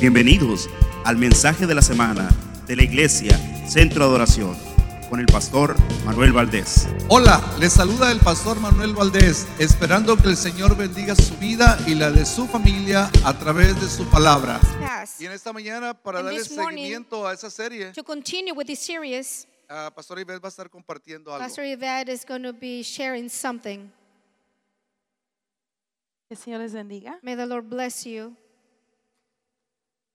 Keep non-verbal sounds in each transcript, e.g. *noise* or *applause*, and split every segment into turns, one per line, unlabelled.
Bienvenidos al mensaje de la semana de la Iglesia Centro de Adoración con el pastor Manuel Valdés.
Hola, les saluda el pastor Manuel Valdés, esperando que el Señor bendiga su vida y la de su familia a través de su palabra.
Yes.
Y en esta mañana, para
And
darle
this morning-
seguimiento a esa serie,
To continue with this series,
ah, Pastor Ivette va a estar compartiendo algo.
Pastor Yvette is going to be sharing something.
Que el Señor les bendiga.
May the Lord bless you.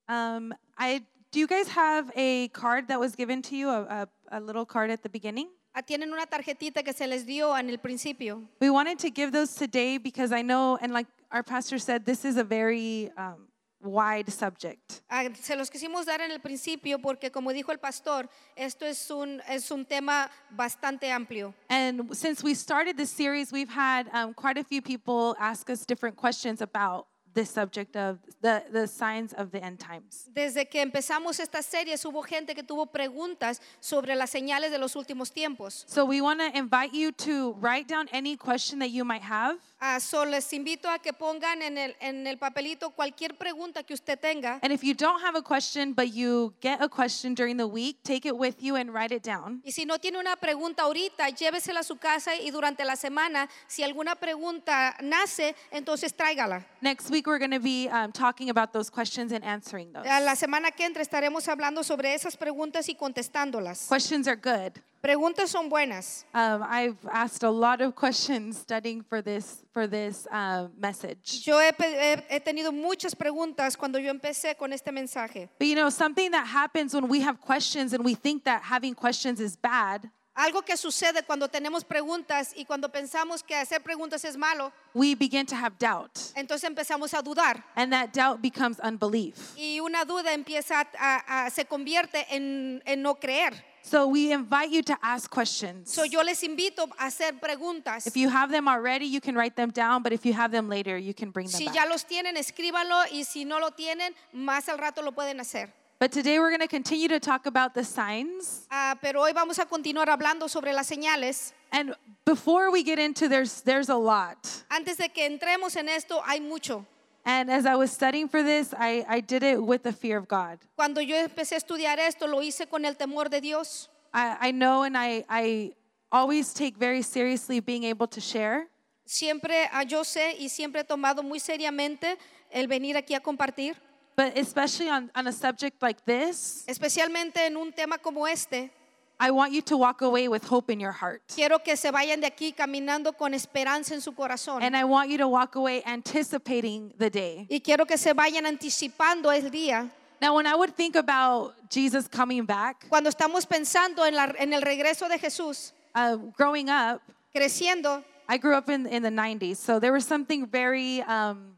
Um, I, do you guys have a card that was given to you, a, a, a little card at the beginning?
Ah, Tienen una tarjetita que se les dio en el principio.
We wanted to give those today because I know, and like our pastor said, this is a very um, wide subject.
Ah, Se los quisimos dar en el principio porque, como dijo el pastor, esto es un, es un tema bastante amplio.
And since we started this series, we've had um, quite a few people ask us different questions about this subject of the, the signs of the end times.
Desde que empezamos esta serie hubo gente que tuvo preguntas sobre las señales de los últimos tiempos.
So we want to invite you to write down any question that you might have.
Ah, so les invito a que pongan en el, en el papelito cualquier pregunta que usted tenga.
And if you don't have a question, but you get a question during the week, take it with you and write it down.
Y si no tiene una pregunta ahorita, llévesela a su casa y durante la semana, si alguna pregunta nace, entonces tráigala.
Next week, we're going to be um, talking about those questions and answering those.
A La semana que entra estaremos hablando sobre esas preguntas y contestándolas.
Questions are good.
Preguntas son buenas.
Um, I've asked a lot of *laughs* questions studying for this for this uh, message.
Yo he, pe- he- he tenido muchas preguntas cuando yo empecé con este mensaje.
But you know, something that happens when we have questions and we think that having questions is bad,
Algo que sucede cuando tenemos preguntas y cuando pensamos que hacer preguntas es malo,
we begin to have doubt,
entonces empezamos a dudar.
and that doubt becomes unbelief.
Y una duda empieza a, a- a- se convierte en, en no creer.
So we invite you to ask questions.
So yo les invito a hacer preguntas.
If you have them already, you can write them down, but if you have them later, you can bring them
Si
back.
ya los tienen, escríbanlo y si no lo tienen, más al rato lo pueden hacer.
But today we're going to continue to talk about the signs.
Ah, pero hoy vamos a continuar hablando sobre las señales.
And before we get into there's there's a lot.
Antes de que entremos en esto, hay mucho.
And as I was studying for this, I, I did it with the fear of God.
Cuando yo empecé a estudiar esto, lo hice con el temor de Dios.
I, I know and I, I always take very seriously being able to share.
Siempre, ah, yo sé y siempre he tomado muy seriamente el venir aquí a compartir,
But especially on, on a subject like this,
especialmente en un tema como este.
I want you to walk away with hope in your heart.
Quiero que se vayan de aquí caminando con esperanza en su corazón.
And I want you to walk away anticipating the day.
Y quiero que se vayan anticipando el día.
Now, when I would think about Jesus coming back,
Cuando estamos pensando en, la- en el regreso de Jesús,
uh, growing up,
creciendo,
I grew up in, in the 90s, so there was something very, um,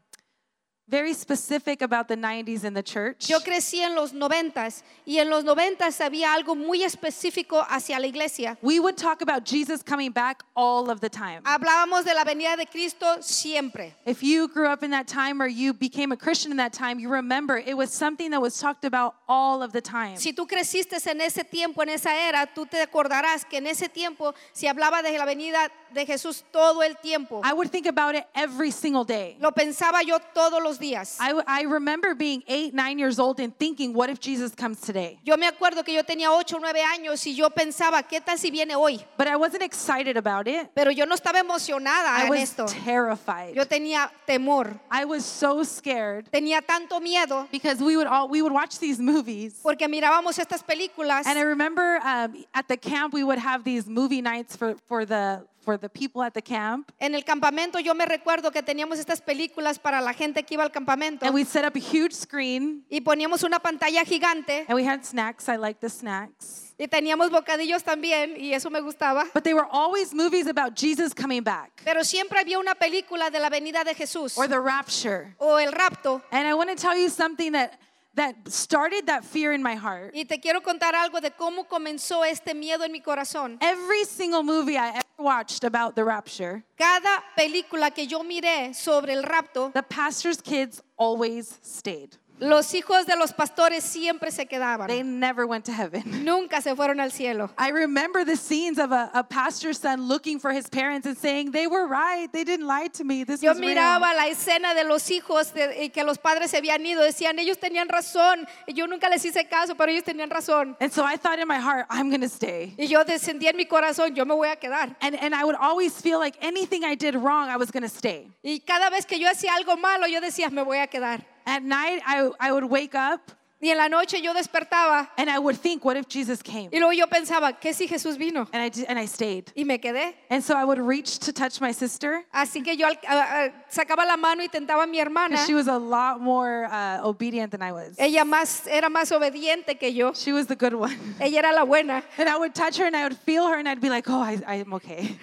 very specific about the 90s in the church.
yo crecí en los noventas y en los noventas había algo muy específico hacia la iglesia.
We would talk about Jesus coming back all of the time.
Ah. Hablábamos de la venida de Cristo siempre.
If you grew up in that time or you became a Christian in that time, you remember it was something that was talked about all of the time.
Si tú creciste en ese tiempo, en esa era, tú te acordarás que en ese tiempo se hablaba de la venida de Jesús todo el tiempo.
I would think about it every single day.
Lo pensaba yo todos los días.
I, w- I remember being eight, nine years old and thinking, what if Jesus comes today?
Yo me acuerdo que yo tenía 8 o 9 años y yo pensaba, ¿qué tal si viene hoy?
But I wasn't excited about it.
Pero yo no estaba emocionada
I
Ah, en
was
esto.
terrified.
Yo tenía temor,
I was so scared
tenía tanto miedo
because we would all we would watch these movies.
porque mirábamos estas películas
And I remember um, at the camp we would have these movie nights for, for the for the people at the camp,
en el campamento. Yo me recuerdo que teníamos estas películas para la gente que iba al campamento
and we'd set up a huge screen
y poníamos una pantalla gigante
and we had snacks. I liked the snacks,
y teníamos bocadillos también y eso me gustaba.
but they were always movies about Jesus coming back
Pero siempre había una película de la venida de Jesús
or the rapture.
o el rapto.
And I want to tell you something that that started that fear in my heart.
Y te quiero contar algo de cómo comenzó este miedo en mi corazón.
Every single movie I ever watched about the rapture,
Cada película que yo miré sobre el rapto,
the pastor's kids always stayed.
Los hijos de los pastores siempre se
They
quedaban.
never went to heaven.
Nunca se fueron al cielo.
I remember the scenes of a, a pastor's son looking for his parents and saying, They were right. They didn't lie to me. This
Yo
was real.
miraba la escena de los hijos de- y que los padres se habían ido. Decían, ellos tenían razón. Y Yo nunca les hice caso, pero ellos tenían razón.
And so I thought in my heart, I'm going to stay.
Y yo descendía en mi corazón, yo me voy a quedar.
And, and I would always feel like anything I did wrong, I was going to stay.
Y cada vez que yo hacía algo malo, yo decía, me voy a quedar.
At night, I, I would wake up
Y en la noche yo despertaba
and I would think, What if Jesus came?
y luego yo pensaba, ¿qué si Jesús vino?
And I, d- and I stayed.
Y me quedé.
And so I would reach to touch my sister
Así que yo al- a- a- sacaba la mano y tentaba a mi hermana.
because she was a lot more uh, obedient than I was.
Ella más, era más obediente que yo.
She was the good one. *laughs*
Ella era la buena.
And I would touch her and I would feel her and I'd be like, Oh, I, I'm okay.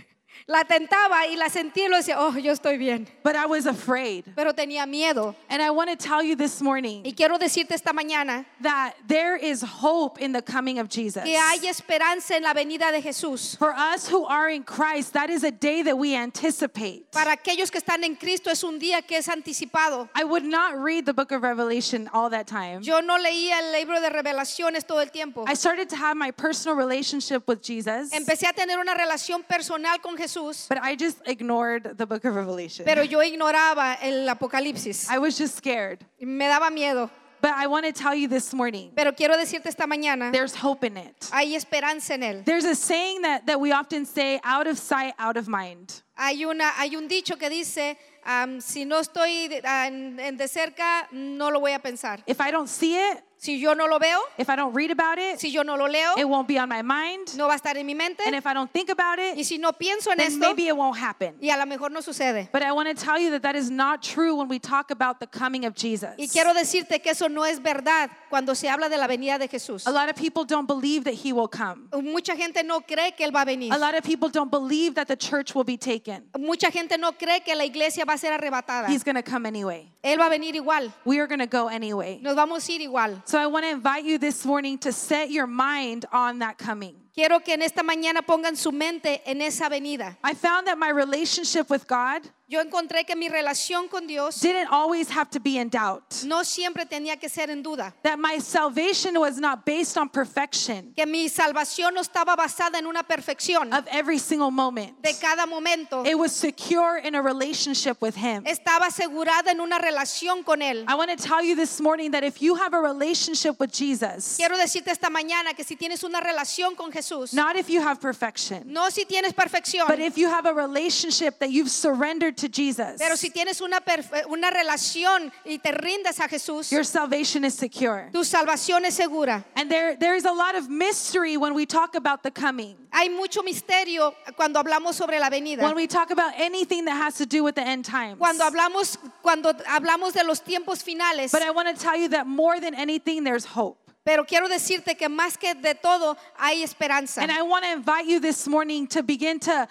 La tentaba y la sentía y lo decía, oh, yo estoy bien.
But I was afraid.
Pero tenía miedo.
And I want to tell you this
Y
morning
quiero decirte esta mañana
that there is hope in the coming of Jesus.
que hay esperanza en la venida de Jesús.
For us who are in Christ, that is a day that we anticipate.
Para aquellos que están en Cristo es un día que es anticipado.
I would not read the book of Revelation all that time.
Yo no leía el libro de revelaciones todo el tiempo.
I started to have my personal relationship with Jesus,
Empecé a tener una relación personal con Jesús,
but I just ignored the book of Revelation.
pero yo ignoraba el apocalipsis.
I was just scared.
Me daba miedo.
But I want to tell you this morning
Pero quiero decirte esta mañana,
there's hope in it.
hay esperanza en él.
There's a saying that, that we often say out of sight, out of mind.
Hay, una, hay un dicho que dice, am, si no estoy de, ah, en- en de cerca, no lo voy a pensar.
If I don't see it,
Si yo no lo veo,
if I don't read about it,
si yo no lo leo,
it won't be on my mind.
no va a estar en mi mente.
And if I don't think about
Y
it,
si no pienso en
then
esto,
maybe it won't happen.
y a lo mejor no sucede.
But I want to tell you that that is not true when we talk about the coming of Jesus.
Y quiero decirte que eso no es verdad cuando se habla de la venida de Jesús.
A lot of people don't believe that he will come.
Mucha gente no cree que Él va a venir.
A lot of people don't believe that the church will be taken.
Mucha gente no cree que la iglesia va a ser arrebatada.
He's going to come anyway.
Él va a venir igual.
We are going to go anyway.
Nos vamos a ir igual.
So I want to invite you this morning to set your mind on that coming.
Quiero que en esta mañana pongan su mente en esa venida.
I found that my relationship with God
Yo encontré que mi relación con Dios
didn't always have to be in doubt.
no siempre tenía que ser en duda.
That my salvation was not based on perfection
Que mi salvación no estaba basada en una perfección
of every single moment.
de cada momento.
It was secure in a relationship with him.
Estaba asegurada en una relación con Él.
I want to tell you this morning that if you have a relationship with Jesus,
Quiero decirte esta mañana que si tienes una relación con Jesús,
not if you have perfection,
no si tienes perfección,
but if you have a relationship that you've surrendered to Jesus,
pero si tienes una, perfe- una relación y te rindes a Jesús,
your salvation is secure.
tu salvación es segura.
And there, there is a lot of mystery when we talk about the coming,
Hay mucho misterio cuando hablamos sobre la venida.
when we talk about anything that has to do with the end times.
Cuando hablamos, cuando hablamos de los tiempos finales,
But I want to tell you that more than anything, there's hope.
pero quiero decirte que más que de todo hay esperanza.
And I want to invite you this morning to begin to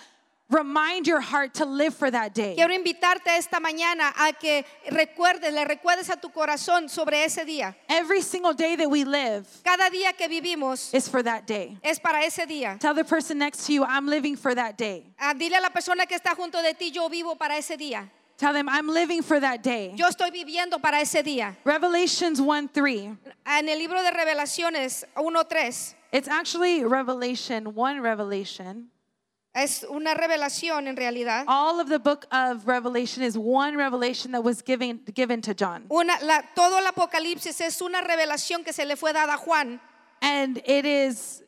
remind your heart to live for that day.
Quiero invitarte esta mañana a que recuerdes, le recuerdes a tu corazón sobre ese día.
Every single day that we live
Cada día que vivimos
is for that day.
es para ese día.
Tell the person next to you, I'm living for that day.
Ah, dile a la persona que está junto de ti, yo vivo para ese día.
Tell them, I'm living for that day.
Yo estoy viviendo para ese día. Ah,
Revelations 1 3.
En el libro de Revelaciones 1.3
It's actually Revelation 1 Revelation.
es una revelación en realidad.
All of the book of Revelation is one revelation that was given, given to John.
Una, la- todo el Apocalipsis es una revelación que se le fue dada a Juan.
And it is,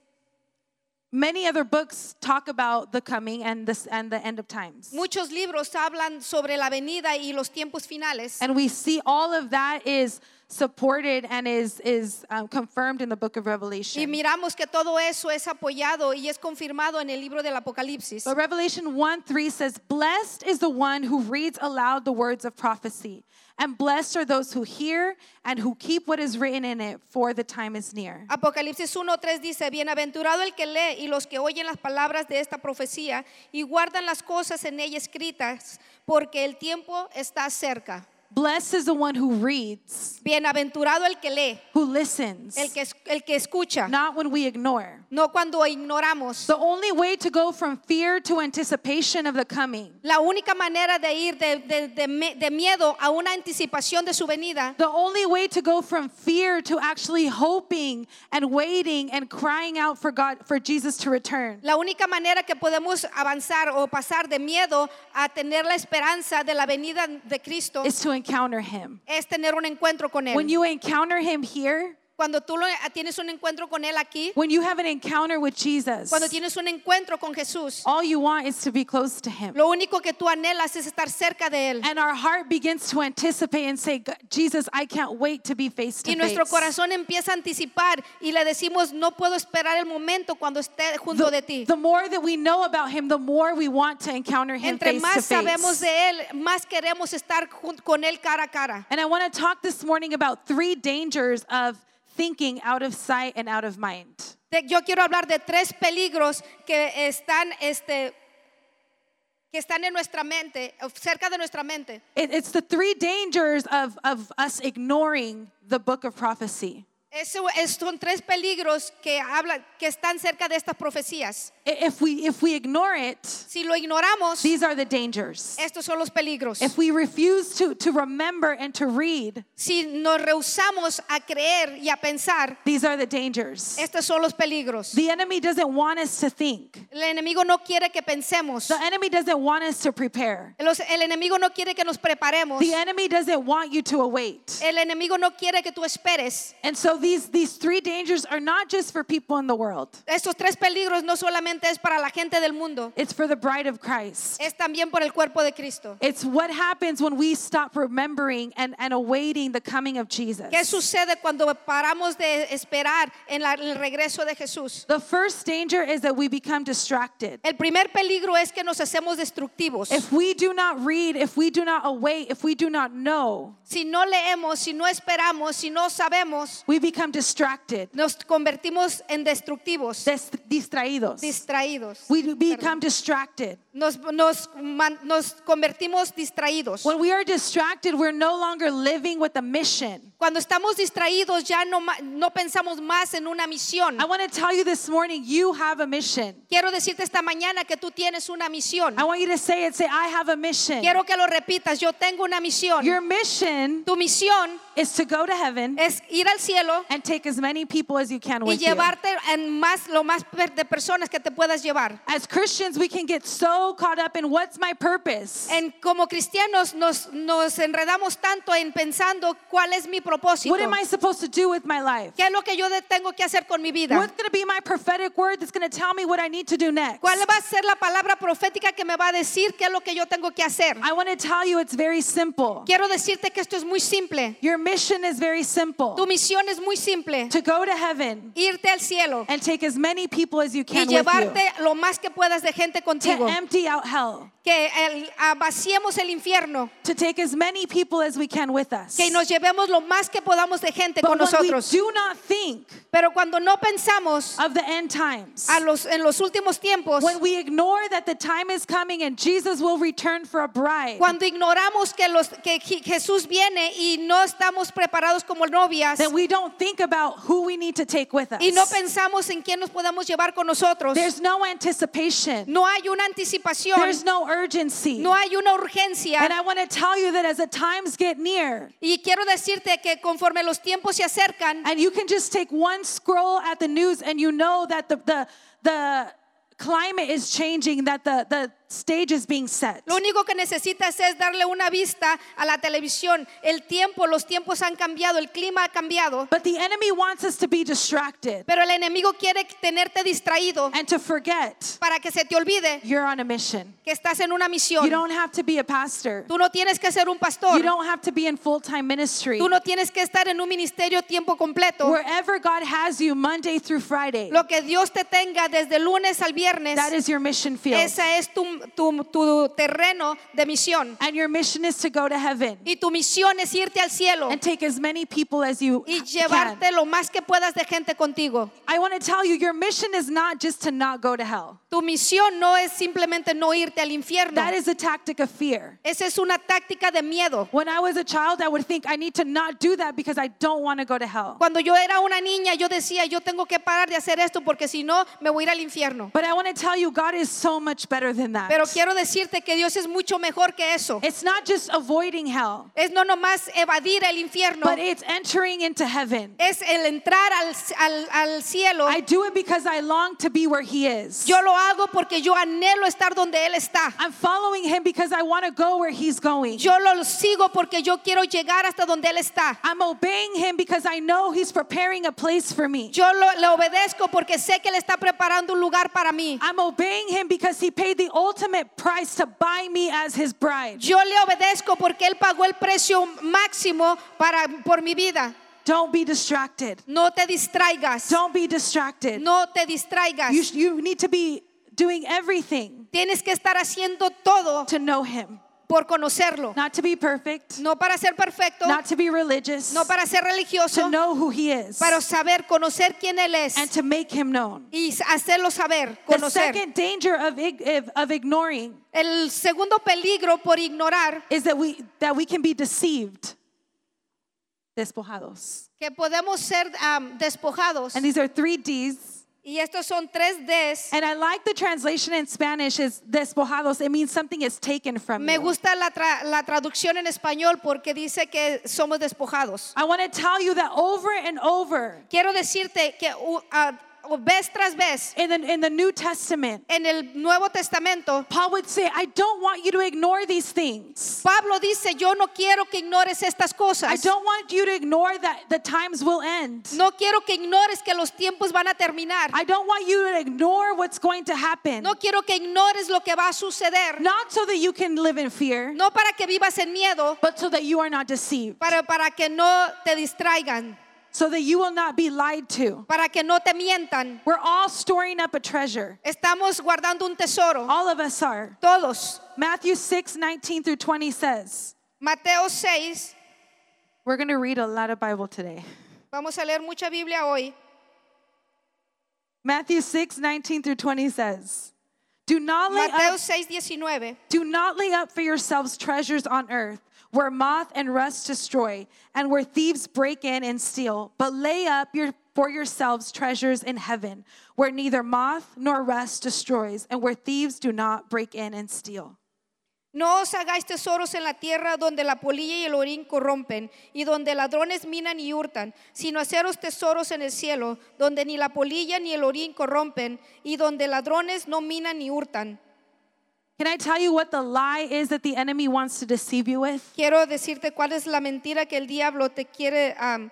many other books talk about the coming and, this, and the end of times.
Muchos libros hablan sobre la venida y los tiempos finales.
And we see all of that is supported and is, is um, confirmed in the book of
Y
Revelation.
miramos que todo eso es apoyado y es confirmado en el libro del Apocalipsis.
But Revelation 1 3 says, Blessed is the one who reads aloud the words of prophecy, and blessed are those who hear and who keep what is written in it, for the time is near.
Apocalipsis 1.3 dice, Bienaventurado el que lee y los que oyen las palabras de esta profecía y guardan las cosas en ella escritas, porque el tiempo está cerca.
Blessed is the one who reads,
Bienaventurado el que lee,
who listens,
el que, es- el que escucha,
not when we ignore.
no cuando ignoramos.
The only way to go from fear to anticipation of the coming,
La única manera de ir de, de- de me- de miedo a una anticipación de su venida
the only way to go from fear to actually hoping and waiting and crying out for God for Jesus to return.
La única manera que podemos avanzar o pasar de miedo a tener la esperanza de la venida de Cristo
is to encounter him.
es tener un encuentro con Él.
When you encounter him here,
cuando tú lo- ah, tienes un encuentro con Él aquí,
when you have an encounter with Jesus,
cuando tienes un encuentro con Jesús,
all you want is to be close to him.
lo único que tú anhelas es estar cerca de Él.
And our heart begins to anticipate and say, "God, Jesus, I can't wait to be face to
Y
face.
nuestro corazón empieza a anticipar y le decimos, no puedo esperar el momento cuando esté junto de ti.
The, the more that we know about him, the more we want to encounter him
Entre
face to
más
face.
sabemos de Él, más queremos estar jun- con Él cara a cara.
and I want to talk this morning about three dangers of thinking out of sight and out of mind.
Te- Yo quiero hablar de tres peligros que están, este, que están en nuestra mente, o cerca de nuestra mente.
It- it's the three dangers of, of us ignoring the book of prophecy.
Eso es- son tres peligros que hablan, que están cerca de estas profecías.
I- If we if we ignore it,
Si lo ignoramos,
these are the dangers.
estos son los peligros.
If we refuse to to remember and to read,
Si nos rehusamos a creer y a pensar,
these are the dangers.
estos son los peligros.
The enemy doesn't want us to think.
El enemigo no quiere que pensemos.
The enemy doesn't want us to prepare.
Los- el enemigo no quiere que nos preparemos.
The enemy doesn't want you to await.
El enemigo no quiere que tú esperes.
And so these these three dangers are not just for people in the world.
Estos tres peligros no solamente es para la gente del mundo,
It's for the bride of Christ.
es también por el cuerpo de Cristo.
It's what happens when we stop remembering and, and awaiting the coming of Jesus.
¿Qué sucede cuando paramos de esperar en la- el regreso de Jesús?
The first danger is that we become distracted.
El primer peligro es que nos hacemos destructivos.
If we do not read, if we do not await, if we do not know,
Si no leemos, si no esperamos, si no sabemos,
we become distracted,
nos convertimos en destructivos,
des- distraídos.
distraídos.
We become distracted.
Nos, nos man- nos convertimos distraídos.
When we are distracted, we're no longer living with a mission.
Cuando estamos distraídos ya no, ma- no pensamos más en una misión.
I want to tell you this morning, you have a mission.
Quiero decirte esta mañana que tú tienes una misión.
I want you to say it, say, I have a mission.
Quiero que lo repitas, yo tengo una misión.
Your mission
Tu misión
is to go to heaven
es ir al cielo
and take as many people as you can
Eh, y
with you.
llevarte en más lo más per- de personas que te puedas llevar.
As Christians, we can get so caught up in what's my purpose?
En, como cristianos nos, nos enredamos tanto en pensando cuál es mi propósito.
What am I supposed to do with my life?
¿Qué es lo que yo de- tengo que hacer con mi vida?
What's going to be my prophetic word that's going to tell me what I need to do next?
¿Cuál va a ser la palabra profética que me va a decir qué es lo que yo tengo que hacer?
I want to tell you it's very simple.
Quiero decirte que esto es muy simple.
Your mission is very simple.
Tu misión es muy simple.
To go to heaven
Irte al cielo
and take as many people as you
y
can with you.
llevarte lo más que puedas de gente
To em-
contigo.
empty out hell.
Que el- ah, vaciemos el infierno.
To take as many people as we can with us.
Que nos llevemos lo más que podamos de gente
but
con
when
nosotros.
we do not think
Pero cuando no pensamos
of the end times,
a los, en los últimos tiempos,
when we ignore that the time is coming and Jesus will return for a bride,
cuando ignoramos que, los, que Je- Jesús viene y no estamos preparados como novias
then we don't think about who we need to take with us.
y no pensamos en quién nos podemos llevar con nosotros,
There's no anticipation.
no hay una anticipación,
There's no urgency.
no hay una
And I
urgencia.
want to tell you that as the times get near,
Y quiero decirte que conforme los tiempos se acercan,
and you can just take one scroll at the news and you know that the the, the climate is changing, that the, the stage is being set.
Lo único que necesitas es darle una vista a la televisión. El tiempo, los tiempos han cambiado, el clima ha cambiado.
But the enemy wants us to be distracted
Pero el enemigo quiere tenerte distraído
and to forget
para que se te olvide
you're on a mission.
que estás en una
You
misión.
don't have to be a pastor.
Tú no tienes que ser un
You
pastor.
don't have to be in full-time ministry.
Tú no tienes que estar en un ministerio tiempo completo.
Wherever God has you Monday through Friday,
Lo que Dios te tenga desde lunes al viernes,
that is your mission field.
esa es tu, tem- tu- tu terreno de misión.
And your mission is to go to heaven
Y tu misión es irte al cielo
and take as many people as you
y
can.
llevarte lo más que puedas de gente contigo.
I want to tell you, your mission is not just to not go to hell.
Tu misión no es simplemente no irte al infierno.
That is a tactic of fear.
Esa es una táctica de miedo.
When I was a child, I would think, I need to not do that because I don't want to go to hell.
Cuando yo era una niña, yo decía, yo tengo que parar de hacer esto porque si no, me voy a ir al infierno.
But I want to tell you, God is so much better than that.
Pero quiero decirte que Dios es mucho mejor que eso.
It's not just avoiding hell,
Es no nomás evadir el infierno,
but it's entering into heaven.
es el entrar al, al- al cielo.
I do it because I long to be where He is.
Yo lo hago porque yo anhelo estar donde Él está.
I'm following Him because I want to go where He's going.
Yo lo sigo porque yo quiero llegar hasta donde Él está.
I'm obeying Him because I know He's preparing a place for me.
Yo lo, le obedezco porque sé que Él está preparando un lugar para mí.
I'm obeying Him because He paid the ultimate price to buy me as His bride.
Yo le obedezco porque Él pagó el precio máximo para, por mi vida.
Don't be distracted.
No te distraigas.
Don't be distracted.
No te distraigas.
You, sh- you need to be doing everything
Tienes que estar haciendo todo
to know Him,
por conocerlo.
not to be perfect,
No para ser perfecto,
not to be religious,
no para ser
to
religioso,
know who He is
para saber, conocer quién Él es
and to make Him known.
y hacerlo saber,
The
conocer.
second danger of, ig- of- of ignoring
El segundo peligro por ignorar
is that we that we can be deceived. Despojados.
que podemos ser am, despojados.
And these are three D's.
Y estos son tres Ds.
And I like the translation in Spanish is despojados. It means something is taken from
Me
you.
gusta la, tra- la traducción en español porque dice que somos despojados.
I want to tell you that over and over
Quiero decirte que u- a- o vez tras vez
in the in the New Testament,
en el Nuevo Testamento,
Paul would say, I don't want you to ignore these things.
Pablo dice, yo no quiero que ignores estas
I
cosas.
don't want you to ignore that the times will end.
No quiero que ignores que los tiempos van a terminar.
I don't want you to ignore what's going to happen.
No quiero que ignores lo que va a suceder.
Not so that you can live in fear.
No para que vivas en miedo,
but so that you are not deceived,
para, para que no te distraigan,
so that you will not be lied to.
para que no te mientan.
We're all storing up a treasure.
Estamos guardando un tesoro,
All of us are.
todos.
Matthew 6, 19 through 20 says,
Mateo 6,
We're going to read a lot of Bible today.
vamos a leer mucha Biblia hoy.
Matthew 6, 19 through 20 says, do not, lay
Mateo
up,
6, 19.
do not lay up for yourselves treasures on earth where moth and rust destroy and where thieves break in and steal, but lay up your, for yourselves treasures in heaven where neither moth nor rust destroys and where thieves do not break in and steal.
No os hagáis tesoros en la tierra donde la polilla y el orín corrompen y donde ladrones minan y hurtan, sino haceros tesoros en el cielo donde ni la polilla ni el orín corrompen y donde ladrones no minan ni hurtan.
Can I tell you what the lie is that the enemy wants to deceive you with?
Quiero decirte cuál es la mentira que el diablo te quiere, am,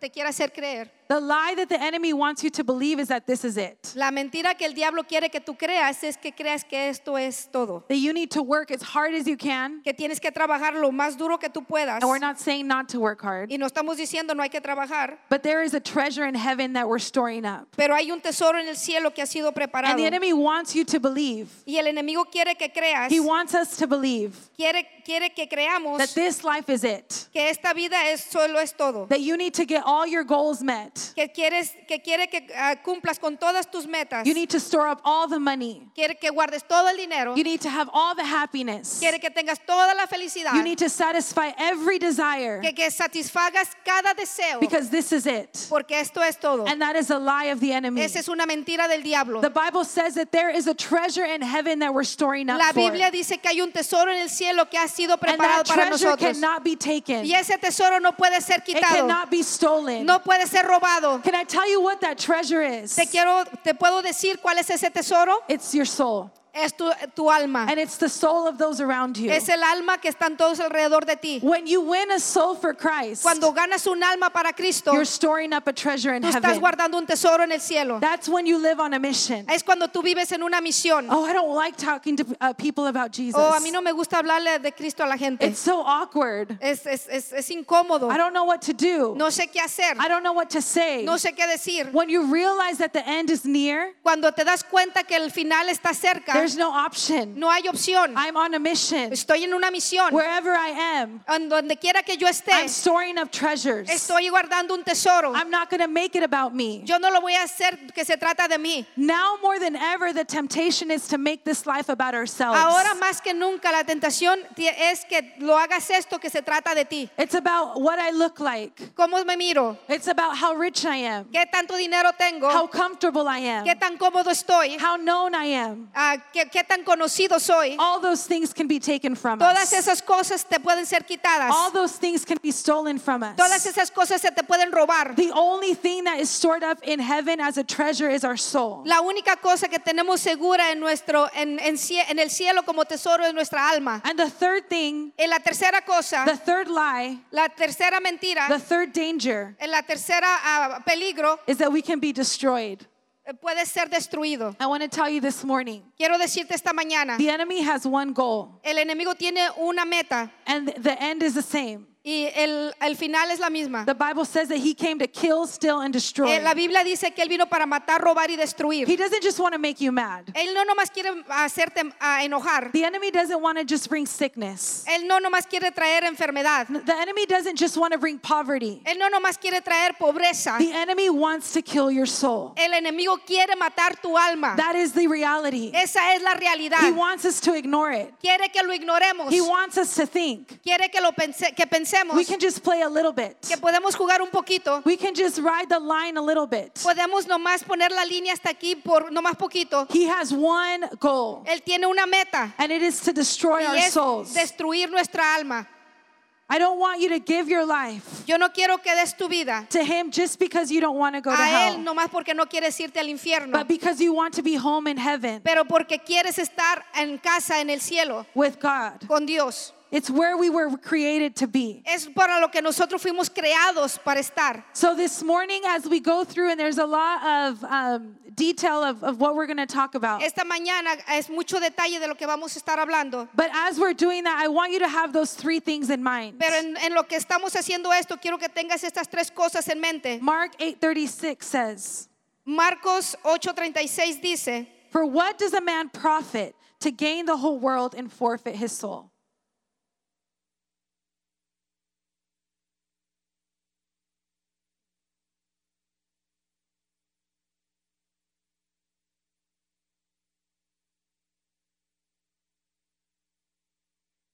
te quiere hacer creer.
The lie that the enemy wants you to believe is that this is it.
La mentira que el diablo quiere que tú creas es que creas que esto es todo,
That you need to work as hard as you can.
que tienes que trabajar lo más duro que tú puedas.
And we're not saying not to work hard,
Y no estamos diciendo no hay que trabajar,
but there is a treasure in heaven that we're storing up.
pero hay un tesoro en el cielo que ha sido
And
preparado.
the enemy wants you to believe.
Y el enemigo quiere que creas,
He wants us to believe
quiere, quiere que
that
creamos
this life is it.
que esta vida es, solo es todo,
That you need to get all your goals met.
que, quieres, que quiere que ah, cumplas con todas tus metas,
You need to store up all the money.
quiere que guardes todo el dinero,
You need to have all the happiness.
quiere que tengas toda la felicidad,
You need to satisfy every desire
que, que satisfagas cada deseo,
because this is it.
porque esto es todo.
And that is a lie of the enemy.
Esa es una mentira del diablo.
Mm. The Bible says that there is a treasure in heaven that we're storing up
La
for.
Biblia dice que hay un tesoro en el cielo que ha sido
and
preparado
that
para
treasure
nosotros.
cannot be taken.
Y ese tesoro no puede ser
it
quitado,
cannot be stolen.
no puede ser robado.
Can I tell you what that treasure is?
Te quiero, te puedo decir cuál es ese tesoro.
It's your soul.
Es tu, tu alma.
And it's the soul of those around you.
Es el alma que están todos alrededor de ti.
when you win a soul for Christ,
Cuando ganas un alma para Cristo,
you're storing up a treasure in
tú estás
heaven.
guardando un tesoro en el cielo.
That's when you live on a mission.
Es cuando tú vives en una misión.
oh, I don't like talking to uh, people about Jesus.
Oh, a mí no me gusta hablarle de Cristo a la gente.
it's so awkward.
Es, es, es, es incómodo.
I don't know what to do.
No sé qué hacer.
I don't know what to say.
No sé qué decir.
When you realize that the end is near,
Cuando te das cuenta que el final está cerca,
There's no option.
No hay opción.
I'm on a mission.
Estoy en una misión.
Wherever I am,
En donde quiera que yo esté,
I'm storing up treasures.
estoy guardando un tesoro.
I'm not going to make it about me.
Yo no lo voy a hacer que se trata de mí.
Now more than ever, the temptation is to make this life about ourselves.
Ahora más que nunca la tentación ti- es que lo hagas esto que se trata de ti.
It's about what I look like.
¿Cómo me miro?
It's about how rich I am,
¿Qué tanto dinero
how
tengo?
comfortable I am,
¿Qué tan cómodo estoy?
how known I am.
Ah, ¿Qué, qué tan conocido soy?
All those things can be taken from
Todas
us.
esas cosas te pueden ser quitadas.
All those things can be stolen from us.
Todas esas cosas se te pueden robar.
The only thing that is stored up in heaven as a treasure is our soul.
La única cosa que tenemos segura en nuestro en, en cie- en el cielo como tesoro es nuestra alma.
And the third thing,
En la tercera cosa,
the third lie,
la tercera mentira,
the third danger
en la tercera ah, peligro
is that we can be destroyed.
eh, puede ser destruido.
I want to tell you this morning
Quiero decirte esta mañana,
the enemy has one goal.
el enemigo tiene una meta
And the end is the same.
y el, el final es la misma.
The Bible says that he came to kill, steal, and destroy.
Eh, la Biblia dice que él vino para matar, robar y
He
destruir.
doesn't just want to make you mad.
Él no nomás quiere hacerte ah, enojar.
The enemy doesn't want to just bring sickness.
Él no nomás quiere traer enfermedad.
The enemy doesn't just want to bring poverty.
Él no nomás quiere traer pobreza.
The enemy wants to kill your soul.
El enemigo quiere matar tu alma.
That is the reality.
Esa es la realidad.
He wants us to ignore it.
Quiere que lo ignoremos.
He wants us to think
Quiere que lo pense- que pensemos
we can just play a little bit.
que podemos jugar un poquito.
We can just ride the line a little bit.
Podemos nomás poner la línea hasta aquí por nomás poquito.
He has one goal,
Él tiene una meta
and it is to destroy our
y es
souls.
destruir nuestra alma.
I don't want you to give your life
Yo no quiero que des tu vida
to him just because you don't want to go to
a él
hell,
nomás porque no quieres irte al infierno,
but because you want to be home in heaven
pero porque quieres estar en casa en el cielo
with God.
con Dios.
It's where we were created to be.
Es para lo que nosotros fuimos creados para estar.
So this morning, as we go through, and there's a lot of um, detail of, of what we're going to talk about.
Esta mañana es mucho detalle de lo que vamos a estar hablando,
But as we're doing that, I want you to have those three things in mind.
pero en, en lo que estamos haciendo esto, quiero que tengas estas tres cosas en mente.
Mark 8:36 says,
Marcos 8:36 dice,
"For what does a man profit to gain the whole world and forfeit his soul?"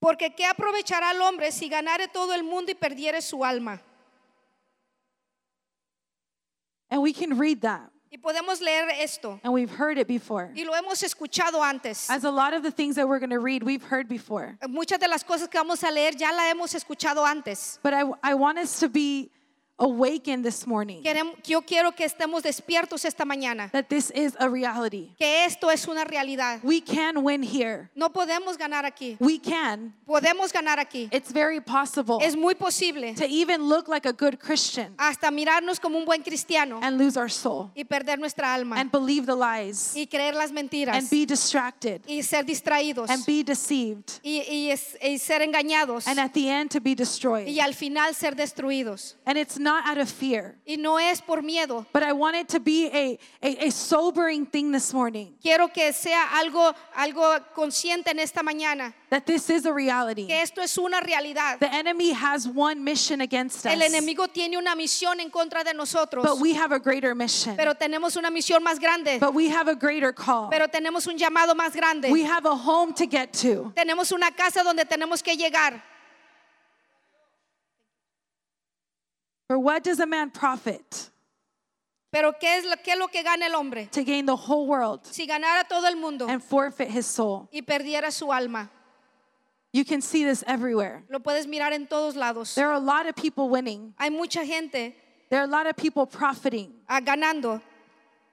porque ¿qué aprovechará el hombre si ganare todo el mundo y perdiere su alma?
And we can read that,
Y podemos leer esto,
and we've heard it before.
y lo hemos escuchado antes.
As a lot of the things that we're going to read, we've heard before.
Muchas de las cosas que vamos a leer ya la hemos escuchado antes.
But I, I want us to be awakened this morning
Querem- Yo quiero que estemos despiertos esta mañana,
that this is a reality.
que esto es una realidad.
We can win here.
No podemos ganar aquí,
We can.
podemos ganar aquí.
It's very possible
Es muy posible
to even look like a good Christian
hasta mirarnos como un buen cristiano
and lose our soul
y perder nuestra alma
and believe the lies
y creer las mentiras
and be distracted
y ser distraídos
and be deceived
y, y es- y ser engañados
and at the end to be destroyed.
y al final ser destruidos.
And it's not out of fear.
Y no es por miedo.
But I want it to be a, a, a sobering thing this morning
Quiero que sea algo, algo consciente en esta mañana,
that this is a reality.
que esto es una realidad.
The enemy has one mission against us.
El enemigo tiene una misión en contra de nosotros,
But we have a greater mission.
pero tenemos una misión más grande,
But we have a greater call.
pero tenemos un llamado más grande.
We have a home to get to.
tenemos una casa donde tenemos que llegar.
For what does a man profit
Pero ¿qué es lo, qué es lo que gana el hombre?
to gain the whole world
Si ganara todo el mundo
and forfeit his soul?
y perdiera su alma,
You can see this everywhere.
lo puedes mirar en todos lados.
There are a lot of people winning.
Hay mucha gente
There are a lot of people profiting.
ah, ganando.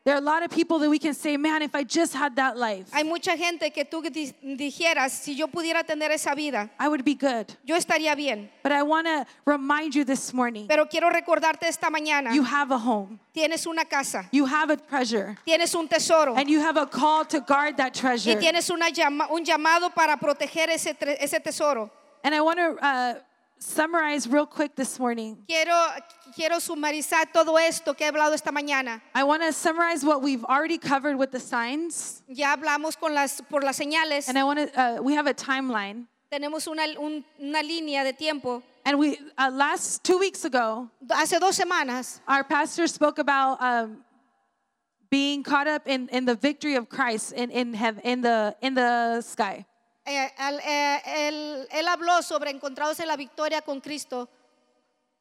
There are a lot of people that we can say, man, if I just had that life,
Hay mucha gente que tú di- dijeras, si yo pudiera tener esa vida,
I would be good.
yo estaría bien.
But I want to remind you this morning
Pero quiero recordarte esta mañana,
you have a home,
tienes una casa,
you have a treasure,
tienes un tesoro.
and you have a call to guard that
Y
treasure.
tienes una llama- un llamado para proteger ese, tre- ese tesoro.
And I want to uh, summarize real quick this morning.
Quiero, quiero sumarizar todo esto que he hablado esta mañana.
I want to summarize what we've already covered with the signs,
Ya hablamos con las, por las señales.
and I want to. Uh, we have a timeline,
Tenemos una, un- una línea de tiempo.
and we uh, last two weeks ago,
Hace dos semanas
our pastor spoke about um, being caught up in, in the victory of Christ in in heav- in the in the sky.
eh, al- eh, él, él habló sobre encontrados en la victoria con Cristo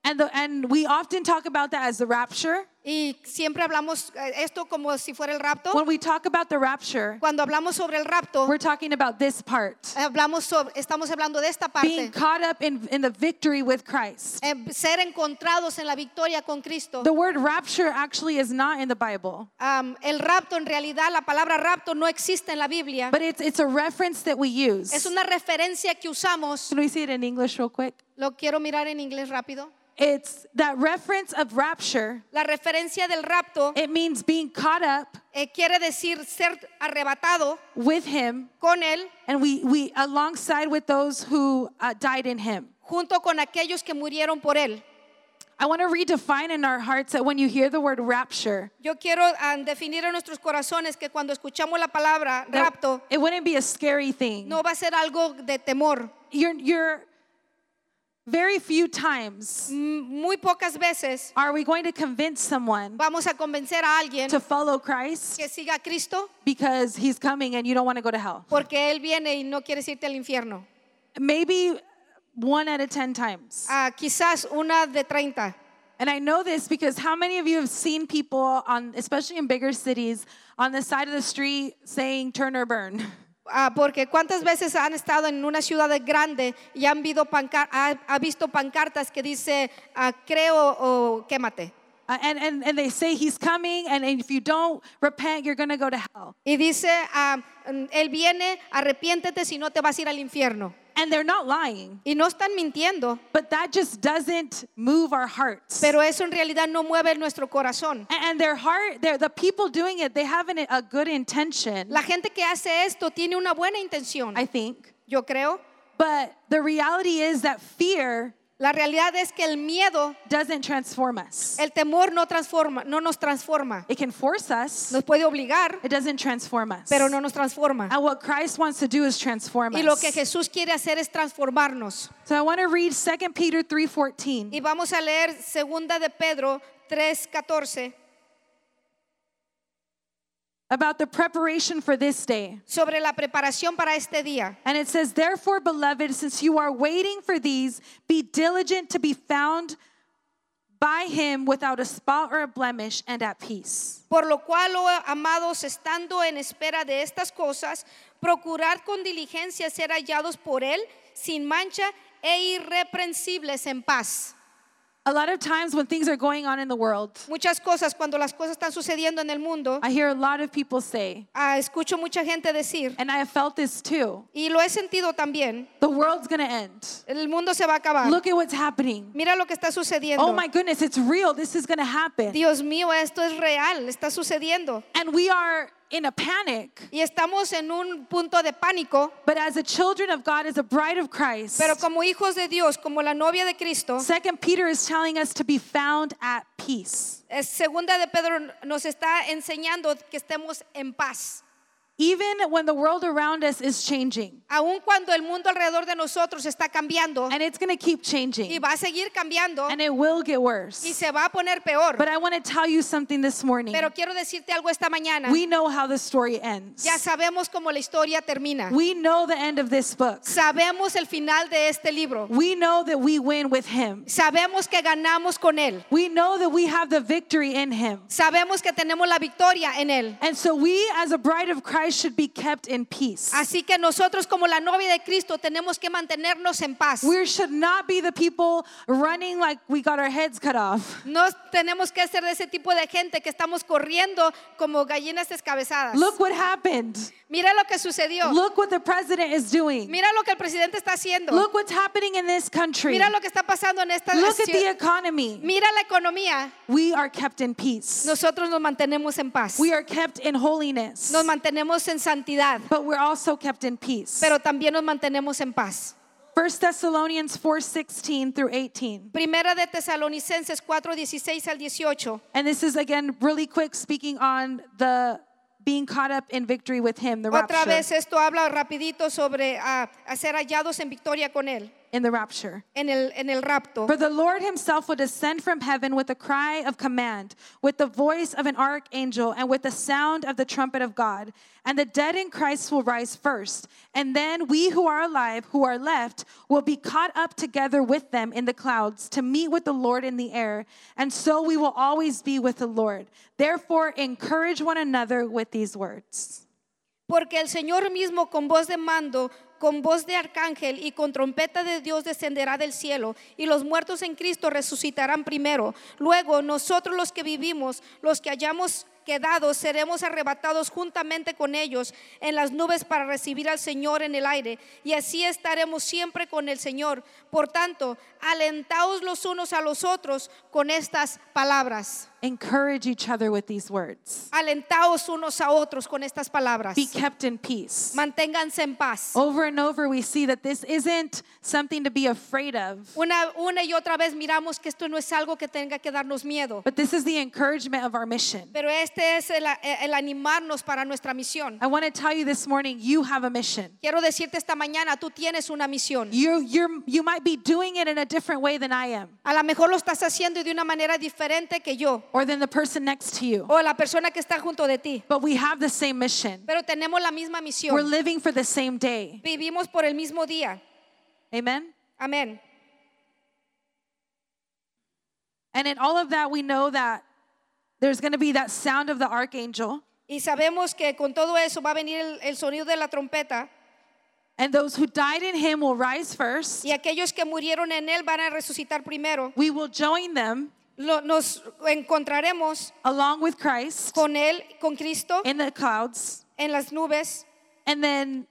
And, the, and we often talk about that as the rapture.
y siempre hablamos eh, esto como si fuera el rapto.
When we talk about the rapture,
Cuando hablamos sobre el rapto,
we're talking about this part
hablamos sobre, estamos hablando de esta
being
parte.
caught up in, in the victory with Christ.
Eh, ser encontrados en la victoria con Cristo.
The word rapture actually is not in the Bible,
Am, el rapto, en realidad, la palabra rapto no existe en la Biblia.
but it's, it's a reference that we use.
Es una referencia que usamos.
Can we see it in English real quick?
Lo quiero mirar en inglés rápido.
It's that reference of rapture,
La referencia del rapto
it means being caught up
eh, quiere decir ser arrebatado
with Him
con Él
and we, we alongside with those who uh, died in Him.
junto con aquellos que murieron por Él.
I want to redefine in our hearts that when you hear the word rapture,
Yo quiero ah, definir en nuestros corazones que cuando escuchamos la palabra
that
rapto,
it wouldn't be a scary thing.
no va a ser algo de temor.
you're, you're very few times
M- Muy pocas veces
are we going to convince someone
vamos a convencer a alguien
to follow Christ
que siga a Cristo
because he's coming and you don't want to go to hell.
porque Él viene y no quiere irte al infierno.
Maybe one out of 10 times.
Ah, quizás una de 30.
And I know this because how many of you have seen people on especially in bigger cities on the side of the street saying turn or burn? *laughs*
Ah, porque cuántas veces han estado en una ciudad grande y han visto, panca- ha, ha visto pancartas que dice ah, creo o quémate.
Uh, and, and and they say he's coming and if you don't repent you're going to go to hell.
Y dice, ah, mm, Él viene, arrepiéntete si no te vas a ir al infierno.
And they're not lying.
Y no están mintiendo,
But that just doesn't move our hearts.
pero eso en realidad no mueve nuestro corazón.
And- And their heart, their, the people doing it, they have an, a good intention,
La gente que hace esto tiene una buena intención,
I think.
yo creo.
But the reality is that fear
La realidad es que el miedo,
doesn't transform us.
el temor no transforma, no nos transforma.
It can force us,
Nos puede obligar,
it doesn't transform us.
pero no nos transforma.
And what Christ wants to do is transform
Y lo que
us.
Jesús quiere hacer es transformarnos.
So I want to read 2 Peter 3.14.
Y vamos a leer segunda de Pedro 3:14
About the preparation for this day.
sobre la preparación para este día.
And it says, Therefore, beloved, since you are waiting for these, be diligent to be found by him without a spot or a blemish and at peace.
Por lo cual, oh, amados, estando en espera de estas cosas, procurad con diligencia ser hallados por él sin mancha e irreprensibles en paz.
A lot of times when things are going on in the world,
Muchas cosas cuando las cosas están sucediendo en el mundo,
I hear a lot of people say,
ah, escucho mucha gente decir
and I have felt this too,
y lo he sentido también,
the world's gonna end.
el mundo se va a acabar.
Look at what's happening.
Mira lo que está sucediendo.
Oh my goodness, it's real. This is gonna happen.
Dios mío, esto es real, está sucediendo.
And we are in a panic.
Y estamos en un punto de pánico,
But as a children of God, as a bride of Christ,
pero como hijos de Dios, como la novia de Cristo,
Second Peter is telling us to be found at peace.
eh, segunda de Pedro nos está enseñando que estemos en paz.
Even when the world around us is changing,
Aun cuando el mundo alrededor de nosotros está cambiando
and it's gonna keep
y
changing,
va a seguir cambiando
and it will get
y
worse.
se va a poner peor.
But I wanna tell you something this morning.
Pero quiero decirte algo esta mañana.
We know how the story ends.
Ya sabemos cómo la historia termina.
We know the end of this book.
Sabemos el final de este libro.
We know that we win with him.
Sabemos que ganamos con él.
We know that we have the victory in him.
Sabemos que tenemos la victoria en él.
And so we as a bride of Christ should be kept in peace.
Así que nosotros como la novia de Cristo tenemos que mantenernos en paz.
We should not be the people running like we got our heads cut off.
No tenemos que ser de ese tipo de gente que estamos corriendo como gallinas descabezadas.
Look what happened.
Mira lo que sucedió.
Look what the president is doing.
Mira lo que el presidente está haciendo.
Look what's happening in this country.
Mira lo que está pasando en esta
Look at
ciu-
the economy.
Mira la economía.
We are kept in peace.
Nosotros nos mantenemos en paz.
We are kept in holiness.
Nos mantenemos en santidad,
But we're also kept in peace.
pero también nos mantenemos en paz.
1 Thessalonians 4:16 through 18.
Primera de Tesalonicenses 4, 16 al 18.
And this is again really quick speaking on the being caught up in victory with him, the
Otra vez
rapture.
esto habla rapidito sobre ah, a ser hallados en victoria con él,
In the rapture.
en el, en el rapto.
For the Lord himself will descend from heaven with a cry of command, with the voice of an archangel, and with the sound of the trumpet of God. And the dead in Christ will rise first. And then we who are alive, who are left, will be caught up together with them in the clouds to meet with the Lord in the air. And so we will always be with the Lord. Therefore, encourage one another with these words.
Porque el Señor mismo con voz de mando, con voz de arcángel y con trompeta de Dios descenderá del cielo, y los muertos en Cristo resucitarán primero. Luego nosotros los que vivimos, los que hayamos quedado, seremos arrebatados juntamente con ellos en las nubes para recibir al Señor en el aire, y así estaremos siempre con el Señor. Por tanto, alentaos los unos a los otros con estas palabras.
Encourage each other with these words.
Alentaos unos a otros con estas palabras.
Be kept in peace.
Manténganse en paz.
Over and over, we see that this isn't something to be afraid of,
Una, una y otra vez miramos que esto no es algo que tenga que darnos miedo,
but this is the encouragement of our mission.
pero este es el, el animarnos para nuestra misión.
I want to tell you this morning you have a mission.
Quiero decirte esta mañana, tú tienes una misión.
You, you're, you might be doing it in a different way than I am,
A lo mejor lo estás haciendo de una manera diferente que yo
or than the person next to you,
o la persona que está junto de ti,
but we have the same mission.
pero tenemos la misma
We're
misión.
living for the same day.
Vivimos por el mismo día.
Amen?
Amén.
And in all of that, we know that there's going to be that sound of the archangel,
Y sabemos que con todo eso va a venir el, el sonido de la trompeta
and those who died in him will rise first.
y aquellos que murieron en él van a resucitar primero.
We will join them
Lo- nos encontraremos
along with Christ
con él, con Cristo,
in the clouds.
en las nubes.
And then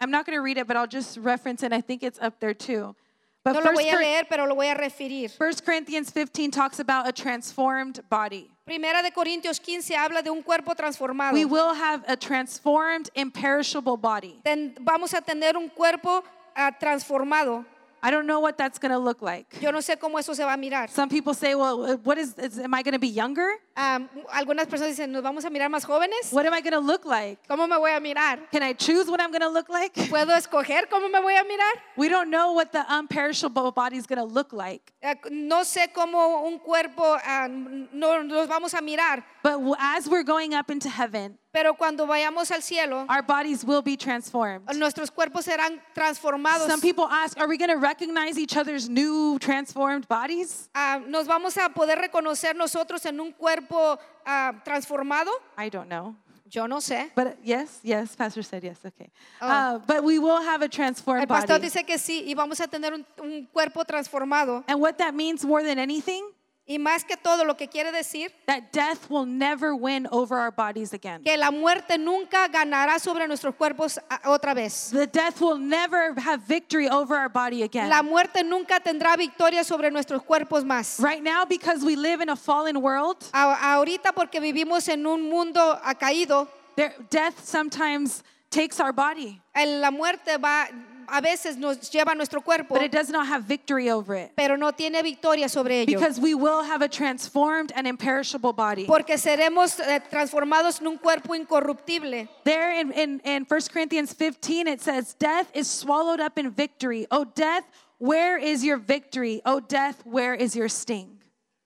I'm not going to read it, but I'll just reference it. I think it's up there too. But
No lo
First
voy a
Cor-
leer, pero lo voy a referir.
First Corinthians 15 talks about a transformed body.
Primera de Corintios 15 habla de un cuerpo transformado.
We will have a transformed, imperishable body.
Ten- vamos a tener un cuerpo ah, transformado.
I don't know what that's going to look like.
Yo no sé cómo eso se va a mirar.
Some people say, well, what is, is am I going to be younger?
Ah, algunas personas dicen, ¿nos vamos a mirar más jóvenes?
What am I going to look like?
¿Cómo me voy a mirar?
Can I choose what I'm going to look like?
¿Puedo escoger cómo me voy a mirar?
We don't know what the unperishable body is going to look like.
Ah, no sé cómo un cuerpo, ah, no nos vamos a mirar,
But w- as we're going up into heaven,
pero cuando vayamos al cielo,
our bodies will be transformed.
nuestros cuerpos serán transformados.
Some people ask, are we going to recognize each other's new transformed bodies?
Ah, nos vamos a poder reconocer nosotros en un cuerpo ah, transformado?
I don't know.
Yo no sé.
But uh, yes, yes, Pastor said yes, okay.
Oh.
Uh, but we will have a transformed
El pastor
body.
dice que sí y vamos a tener un, un cuerpo transformado.
And what that means more than anything,
Y más que todo, lo que quiere decir
that death will never win over our bodies again.
que la muerte nunca ganará sobre nuestros cuerpos ah, otra vez.
The death will never have victory over our body again.
La muerte nunca tendrá victoria sobre nuestros cuerpos más.
Right now, because we live in a fallen world,
A- ahorita porque vivimos en un mundo ah, caído,
there, death sometimes takes our body,
el- la muerte va a veces nos lleva a nuestro cuerpo,
but it does not have victory over it.
pero no tiene victoria sobre ello.
Because we will have a transformed and imperishable body.
Porque seremos eh, transformados en un cuerpo incorruptible.
There in, in, in 1 Corinthians 15, it says, Death is swallowed up in victory. O death, where is your victory? O death, where is your sting?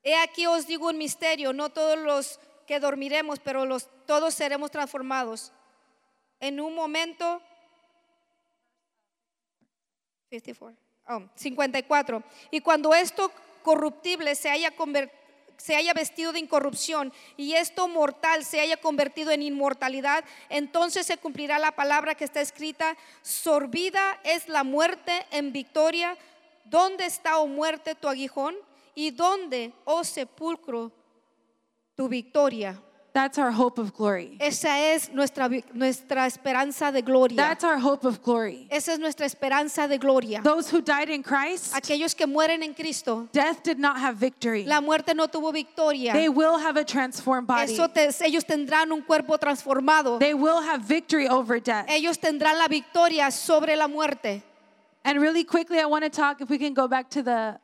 He aquí os digo un misterio, no todos los que dormiremos, pero los, todos seremos transformados. En un momento, 54, oh, 54. Y cuando esto corruptible se haya conver- se haya vestido de incorrupción y esto mortal se haya convertido en inmortalidad, entonces se cumplirá la palabra que está escrita, sorbida es la muerte en victoria, ¿dónde está, oh muerte, tu aguijón? ¿Y dónde, oh sepulcro, tu victoria?
That's our hope of glory.
Esa es nuestra, vi- nuestra esperanza de gloria.
That's our hope of glory.
Esa es nuestra esperanza de gloria.
Those who died in Christ,
Aquellos que mueren en Cristo,
death did not have victory.
la muerte no tuvo victoria.
They will have a transformed body.
Eso te- ellos tendrán un cuerpo transformado.
They will have victory over death.
Ellos tendrán la victoria sobre la muerte.
And really quickly, I want to talk if we can go back to the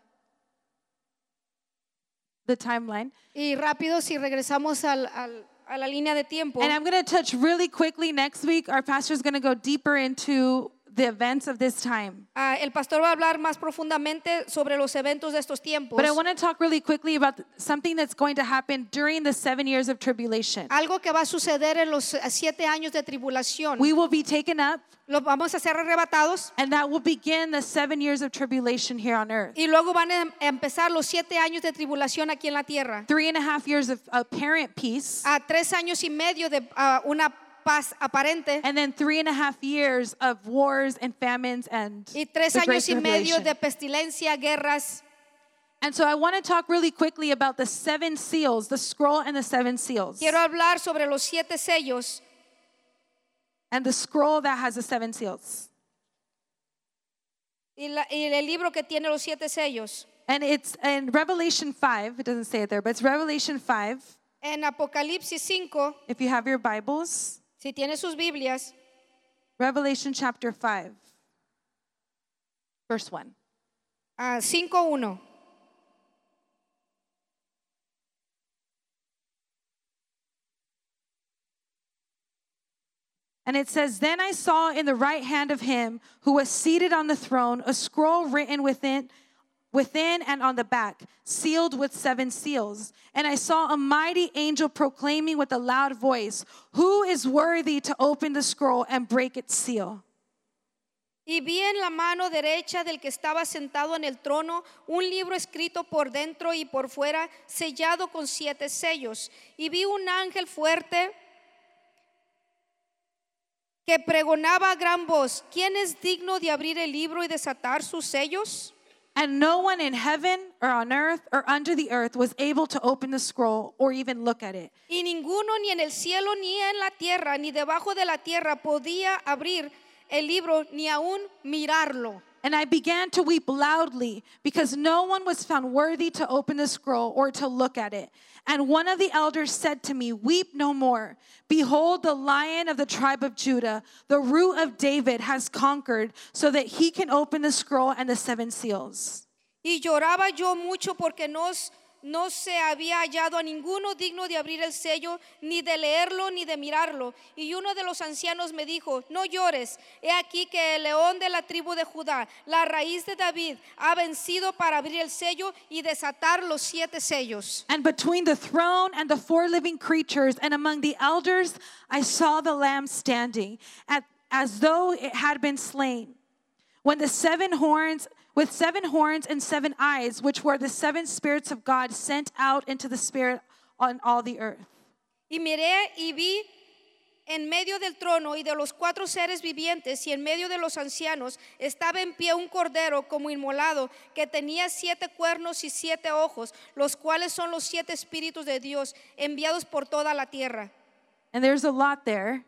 the timeline.
Y rápido, si regresamos al- al- a la línea de tiempo,
And I'm going to touch really quickly next week. Our pastor is going to go deeper into the events of this time.
ah, el pastor va a hablar más profundamente sobre los eventos de estos tiempos.
But I want to talk really quickly about th- something that's going to happen during the seven years of tribulation.
Algo que va a suceder en los eh, siete años de tribulación.
We will be taken up,
Los vamos a ser arrebatados
and that will begin the seven years of tribulation here on earth.
y luego van a em- empezar los siete años de tribulación aquí en la tierra.
Three and a half years of apparent peace,
A tres años y medio de ah, una paz aparente
and then three and a half years of wars and famines and
y tres
the great
años y medio
tribulation.
de pestilencia, guerras.
And so I want to talk really quickly about the seven seals, the scroll and the seven seals.
Quiero hablar sobre los siete sellos
And the scroll that has the seven seals.
y, la- y el libro que tiene los siete sellos.
And it's in Revelation 5, it doesn't say it there, but it's Revelation 5.
En Apocalipsis 5,
If you have your Bibles,
si tiene sus Biblias,
Revelation chapter 5, verse 1.
ah, 5.1.
And it says, Then I saw in the right hand of him who was seated on the throne a scroll written within, within and on the back, sealed with seven seals. And I saw a mighty angel proclaiming with a loud voice, Who is worthy to open the scroll and break its seal?
Y vi en la mano derecha del que estaba sentado en el trono un libro escrito por dentro y por fuera, sellado con siete sellos. Y vi un ángel fuerte que pregonaba a gran voz, ¿quién es digno de abrir el libro y desatar sus sellos?
And no one in heaven or on earth or under the earth was able to open the scroll or even look at it.
Y ninguno ni en el cielo ni en la tierra ni debajo de la tierra podía abrir el libro ni aún mirarlo.
And I began to weep loudly because no one was found worthy to open the scroll or to look at it. And one of the elders said to me, Weep no more. Behold, the lion of the tribe of Judah, the root of David, has conquered so that he can open the scroll and the seven seals.
Y lloraba yo mucho porque no, s- no se había hallado a ninguno digno de abrir el sello, ni de leerlo, ni de mirarlo. Y uno de los ancianos me dijo, no llores, he aquí que el león de la tribu de Judá, la raíz de David, ha vencido para abrir el sello y desatar los siete sellos.
And between the throne and the four living creatures and among the elders, I saw the Lamb standing at, as though it had been slain. When the seven horns, with seven horns and seven eyes, which were the seven spirits of God sent out into the spirit on all the earth.
Y miré y vi en medio del trono y de los cuatro seres vivientes y en medio de los ancianos estaba en pie un cordero como inmolado que tenía siete cuernos y siete ojos, los cuales son los siete espíritus de Dios enviados por toda la tierra.
And there's a lot there.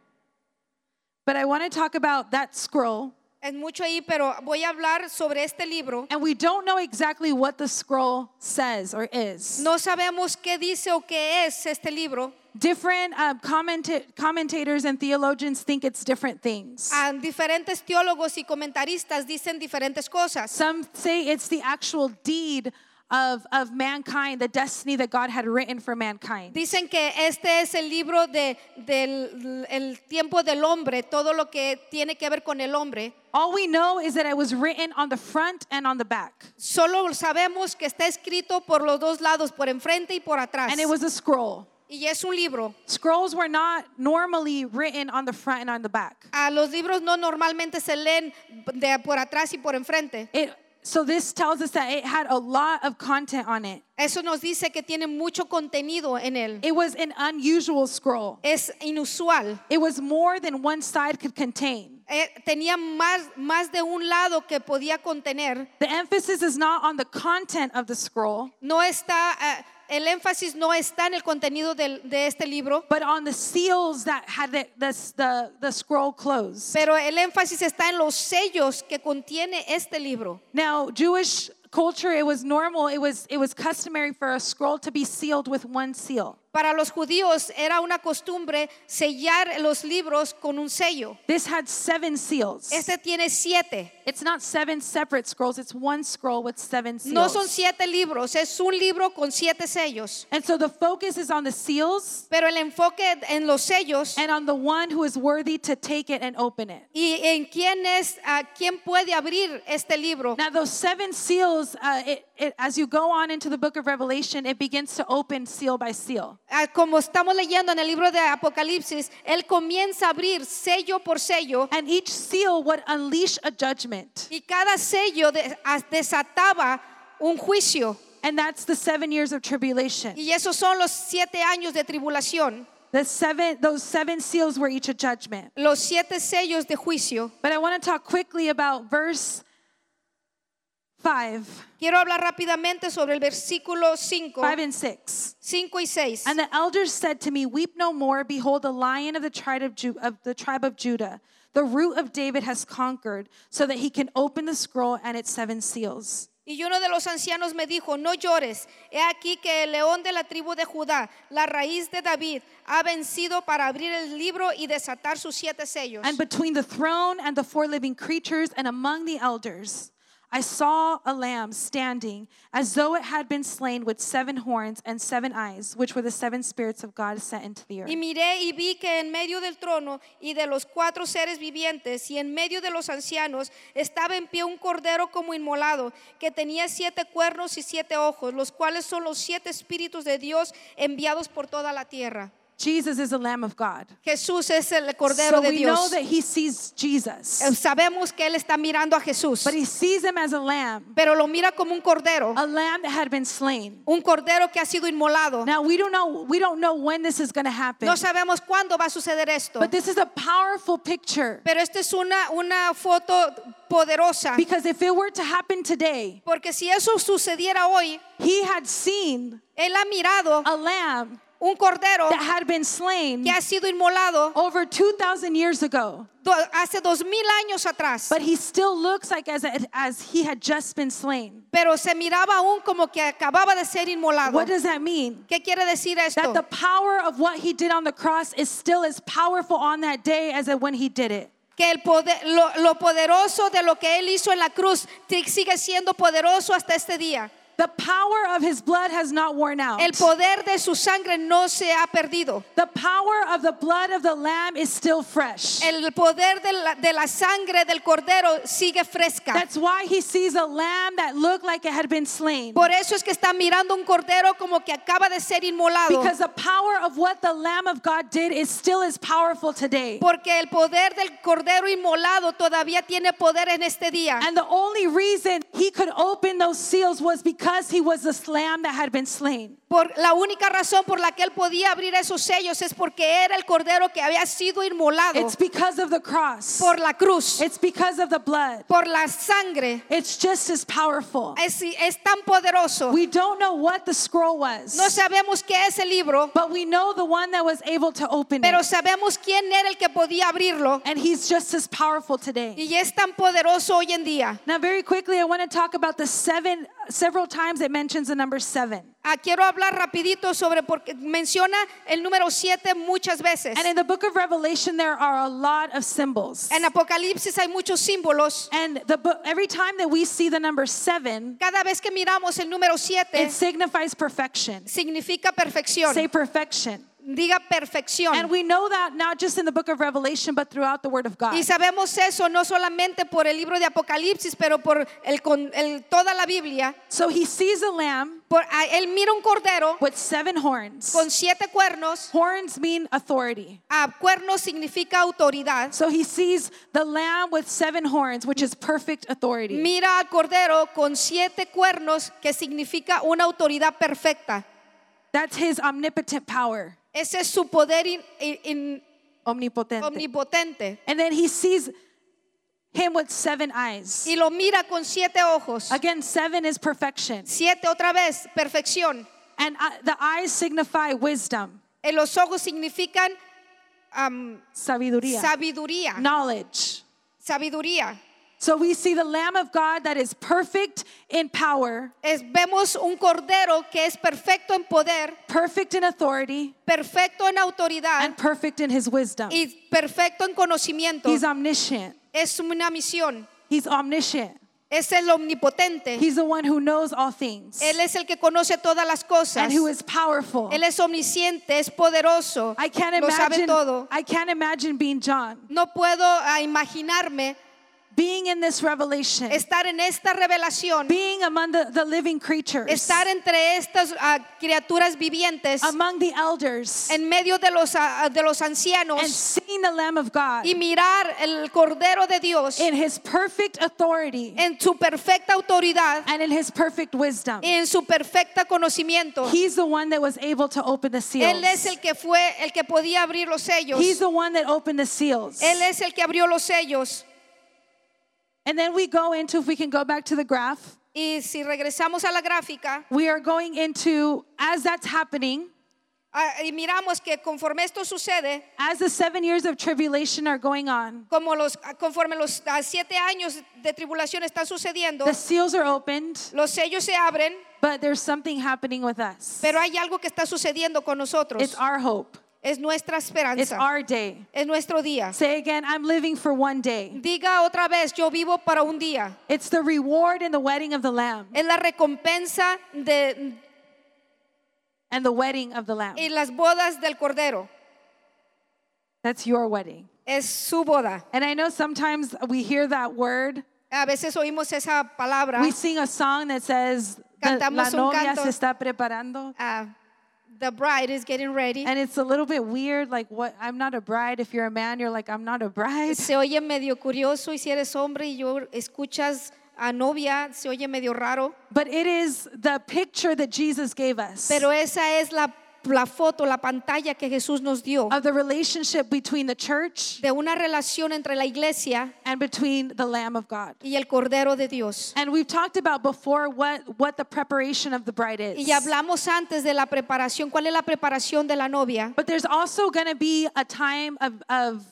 But I want to talk about that scroll.
Es mucho ahí, pero voy a hablar sobre este libro.
And we don't know exactly what the scroll says or is.
No sabemos qué dice o qué es este libro.
Different uh, commenta- commentators and theologians think it's different things.
Ah, diferentes teólogos y comentaristas dicen diferentes cosas.
Some say it's the actual deed of, of mankind, the destiny that God had written for mankind.
Dicen que este es el libro de, del el tiempo del hombre, todo lo que tiene que ver con el hombre.
All we know is that it was written on the front and on the back,
Solo sabemos que está escrito por los dos lados, por enfrente y por atrás.
and it was a scroll.
Y es un libro.
Scrolls were not normally written on the front and on the back.
A los libros no normalmente se leen de por atrás y por enfrente.
It, so this tells us that it had a lot of content on it.
Eso nos dice que tiene mucho contenido en él.
It was an unusual scroll.
Es inusual.
It was more than one side could contain.
Eh, tenía más, más de un lado que podía contener.
The emphasis is not on the content of the scroll,
No está, eh, el énfasis no está en el contenido del- de este libro.
but on the seals that had the, the, the, the scroll closed.
Pero el énfasis está en los sellos que contiene este libro.
Now, Jewish culture, it was normal, it was, it was customary for a scroll to be sealed with one seal.
Para los judíos era una costumbre sellar los libros con un sello.
This had seven seals.
Este tiene siete.
It's not seven separate scrolls, it's one scroll with seven seals.
No son siete libros, es un libro con siete sellos.
and so the focus is on the seals
Pero el enfoque en los sellos
and on the one who is worthy to take it and open it.
y en quién es, a quién puede abrir este libro.
Now, those seven seals, uh, it, it, as you go on into the book of Revelation, it begins to open seal by seal.
Ah, Como estamos leyendo en el libro de Apocalipsis, él comienza a abrir sello por sello
And each seal would unleash a judgment.
y cada sello de- as- desataba un juicio.
And that's the seven years of tribulation.
Y esos son los siete años de tribulación,
The seven, those seven seals were each a judgment.
los siete sellos de juicio.
But I want to talk quickly about verse 5,
Quiero hablar rápidamente sobre el versículo 5,
5 and 6.
5 y 6.
And the elders said to me, Weep no more. Behold, the lion of the tribe of, Ju- of the tribe of Judah, the root of David, has conquered, so that he can open the scroll and its seven seals.
Y uno de los ancianos me dijo, no llores, he aquí que el león de la tribu de Judá, la raíz de David, ha vencido para abrir el libro y desatar sus siete sellos.
And between the throne and the four living creatures and among the elders, I saw a lamb standing as though it had been slain with seven horns and seven eyes, which were the seven spirits of God sent into the earth.
Y miré y vi que en medio del trono y de los cuatro seres vivientes y en medio de los ancianos estaba en pie un cordero como inmolado, que tenía siete cuernos y siete ojos, los cuales son los siete espíritus de Dios enviados por toda la tierra.
Jesus is the Lamb of God.
Jesús es el cordero
So
de
we know
Dios.
that he sees Jesus,
Eh, Sabemos que Él está mirando a Jesús.
but he sees him as a lamb.
pero lo mira como un cordero,
a lamb that had been slain.
un cordero que ha sido inmolado.
Now we don't know we don't know when this is going to happen.
No sabemos cuándo va a suceder esto,
But this is a powerful picture
pero esta es una, una foto poderosa,
because if it were to happen today,
porque si eso sucediera hoy,
he had seen
él ha mirado
a lamb
un cordero
that had been slain
que ha sido inmolado
over 2000 years ago,
do- hace dos mil años atrás,
but he still looks like as as he had just been slain.
pero se miraba aún como que acababa de ser inmolado.
What does that mean?
¿Qué quiere decir esto?
That the power of what he did on the cross is still as powerful on that day as when he did it.
Que el poder, lo, lo poderoso de lo que él hizo en la cruz te- sigue siendo poderoso hasta este día.
The power of his blood has not worn out.
El poder de su sangre no se ha perdido.
The power of the blood of the lamb is still fresh.
El poder de la, de la sangre del cordero sigue fresca.
That's why he sees a lamb that looked like it had been slain.
Por eso es que está mirando un cordero como que acaba de ser inmolado.
Because the power of what the lamb of God did is still as powerful today.
Porque el poder del cordero inmolado todavía tiene poder en este día.
And the only reason he could open those seals was because he was this lamb that had been slain.
Por, la única razón por la que él podía abrir esos sellos es porque era el cordero que había sido inmolado
It's because of the cross.
por la cruz,
It's because of the blood.
por la sangre.
It's just as powerful.
Es, es tan poderoso.
We don't know what the scroll was,
No sabemos qué es el libro,
but we know the one that was able to open
pero
it.
sabemos quién era el que podía abrirlo.
And he's just as powerful today.
Y es tan poderoso hoy en día.
Now, very quickly, I want to talk about the seven. Several times it mentions the number seven.
Ah, quiero hablar rapidito sobre porque menciona el número 7 muchas veces.
And in the book of Revelation, there are a lot of symbols.
En Apocalipsis hay muchos símbolos.
And the book, every time that we see the number seven,
Cada vez que miramos el número 7
it signifies perfection.
significa perfección.
Say perfection.
Diga
And
perfección.
we know that not just in the book of Revelation, but throughout the Word of God.
Y sabemos eso no solamente por el libro de Apocalipsis, pero por el, con- el- toda la Biblia.
So he sees a lamb
Por, ah, él mira un cordero
with seven horns.
con siete cuernos.
Horns mean authority.
Ah, cuernos significa autoridad.
So he sees the lamb with seven horns, which is perfect authority.
Mira al cordero con siete cuernos, que significa una autoridad perfecta.
That's his omnipotent power.
Ese es su poder in- in- in-
Omnipotente.
omnipotente.
And then he sees him with seven eyes.
Y lo mira con siete ojos.
Again, seven is perfection.
Siete otra vez, perfección.
And uh, the eyes signify wisdom,
Eh, Los ojos significan am,
sabiduría,
sabiduría,
knowledge.
sabiduría.
So we see the Lamb of God that is perfect in power,
Es- vemos un cordero que es perfecto en poder,
perfect in authority,
perfecto en autoridad
and perfect in his wisdom.
y perfecto en conocimiento.
He's omniscient.
Es una misión.
He's omniscient.
Es el omnipotente.
He's the one who knows all things
Él es el que conoce todas las cosas.
and who is powerful.
Él es omnisciente, es poderoso.
I can't
lo sabe
imagine
todo.
I can't imagine being John,
No puedo ah, imaginarme
being in this revelation,
estar en esta revelación,
being among the, the living creatures,
estar entre estas ah, criaturas vivientes,
among the elders,
en medio de los, ah, de los ancianos
and seeing the Lamb of God
y mirar el Cordero de Dios
in his perfect authority
en su perfecta autoridad,
and in his perfect wisdom.
en su perfecta conocimiento.
He's the one that was able to open the seals.
Él es el que fue el que podía abrir los sellos.
He's the one that opened the seals.
Él es el que abrió los sellos.
And then we go into, if we can go back to the graph,
Y si regresamos a la gráfica,
we are going into, as that's happening,
Ah, y miramos que conforme esto sucede,
as the seven years of tribulation are going on,
como los, conforme los ah, siete años de tribulación están sucediendo,
the seals are opened,
los sellos se abren,
but there's something happening with us.
pero hay algo que está sucediendo con
It's
nosotros.
our hope,
Es nuestra
it's
esperanza,
our day.
es nuestro día.
Say again, I'm living for one day.
Diga otra vez, yo vivo para un día.
It's the reward and the wedding of the Lamb
Es la recompensa de,
and the wedding of the Lamb.
y las bodas del Cordero.
That's your wedding.
Es su boda.
And I know sometimes we hear that word
A veces oímos esa palabra.
We sing a song that says, "The- La
Cantamos un
novia
canto.
se está preparando.
ah, the bride is getting ready.
And it's a little bit weird, like, what? I'm not a bride. If you're a man, you're like, I'm not a bride.
Se oye medio curioso y si eres hombre y yo escuchas a novia, se oye medio raro,
But it is the picture that Jesus gave us
pero esa es la, la foto, la pantalla que Jesús nos dio
of the relationship between the church
de una relación entre la iglesia
and between the Lamb of God.
y el Cordero de Dios.
And we've talked about before what, what the preparation of the bride is.
Y hablamos antes de la preparación, cuál es la preparación de la novia,
But there's also going to be a time of, of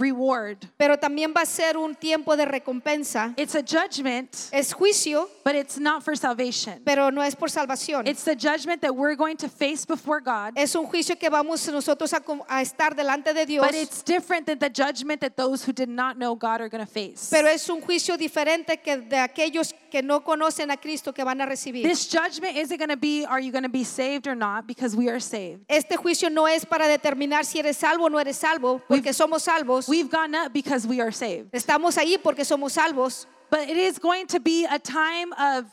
reward.
pero también va a ser un tiempo de recompensa.
It's a judgment,
Es juicio,
but it's not for salvation.
pero no es por salvación.
It's the judgment that we're going to face before God,
Es un juicio que vamos nosotros a, com- a estar delante de Dios,
but it's different than the judgment that those who did not know God are going to face.
Pero es un juicio diferente que de aquellos que no conocen a Cristo que van a recibir.
This judgment isn't going to be, are you going to be saved or not? Because we are saved.
Este juicio no es para determinar si eres salvo o no eres salvo, porque somos salvos.
We've gone up because we are saved.
Estamos ahí porque somos salvos.
But it is going to be a time of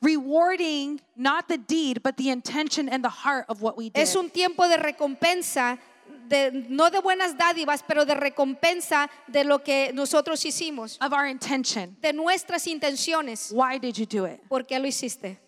rewarding not the deed, but the intention and the heart of what we did.
Es un tiempo de recompensa, de, no de buenas dádivas, pero de recompensa de lo que nosotros hicimos,
Of our intention.
de nuestras intenciones.
Why did you do it?
¿Por qué lo hiciste?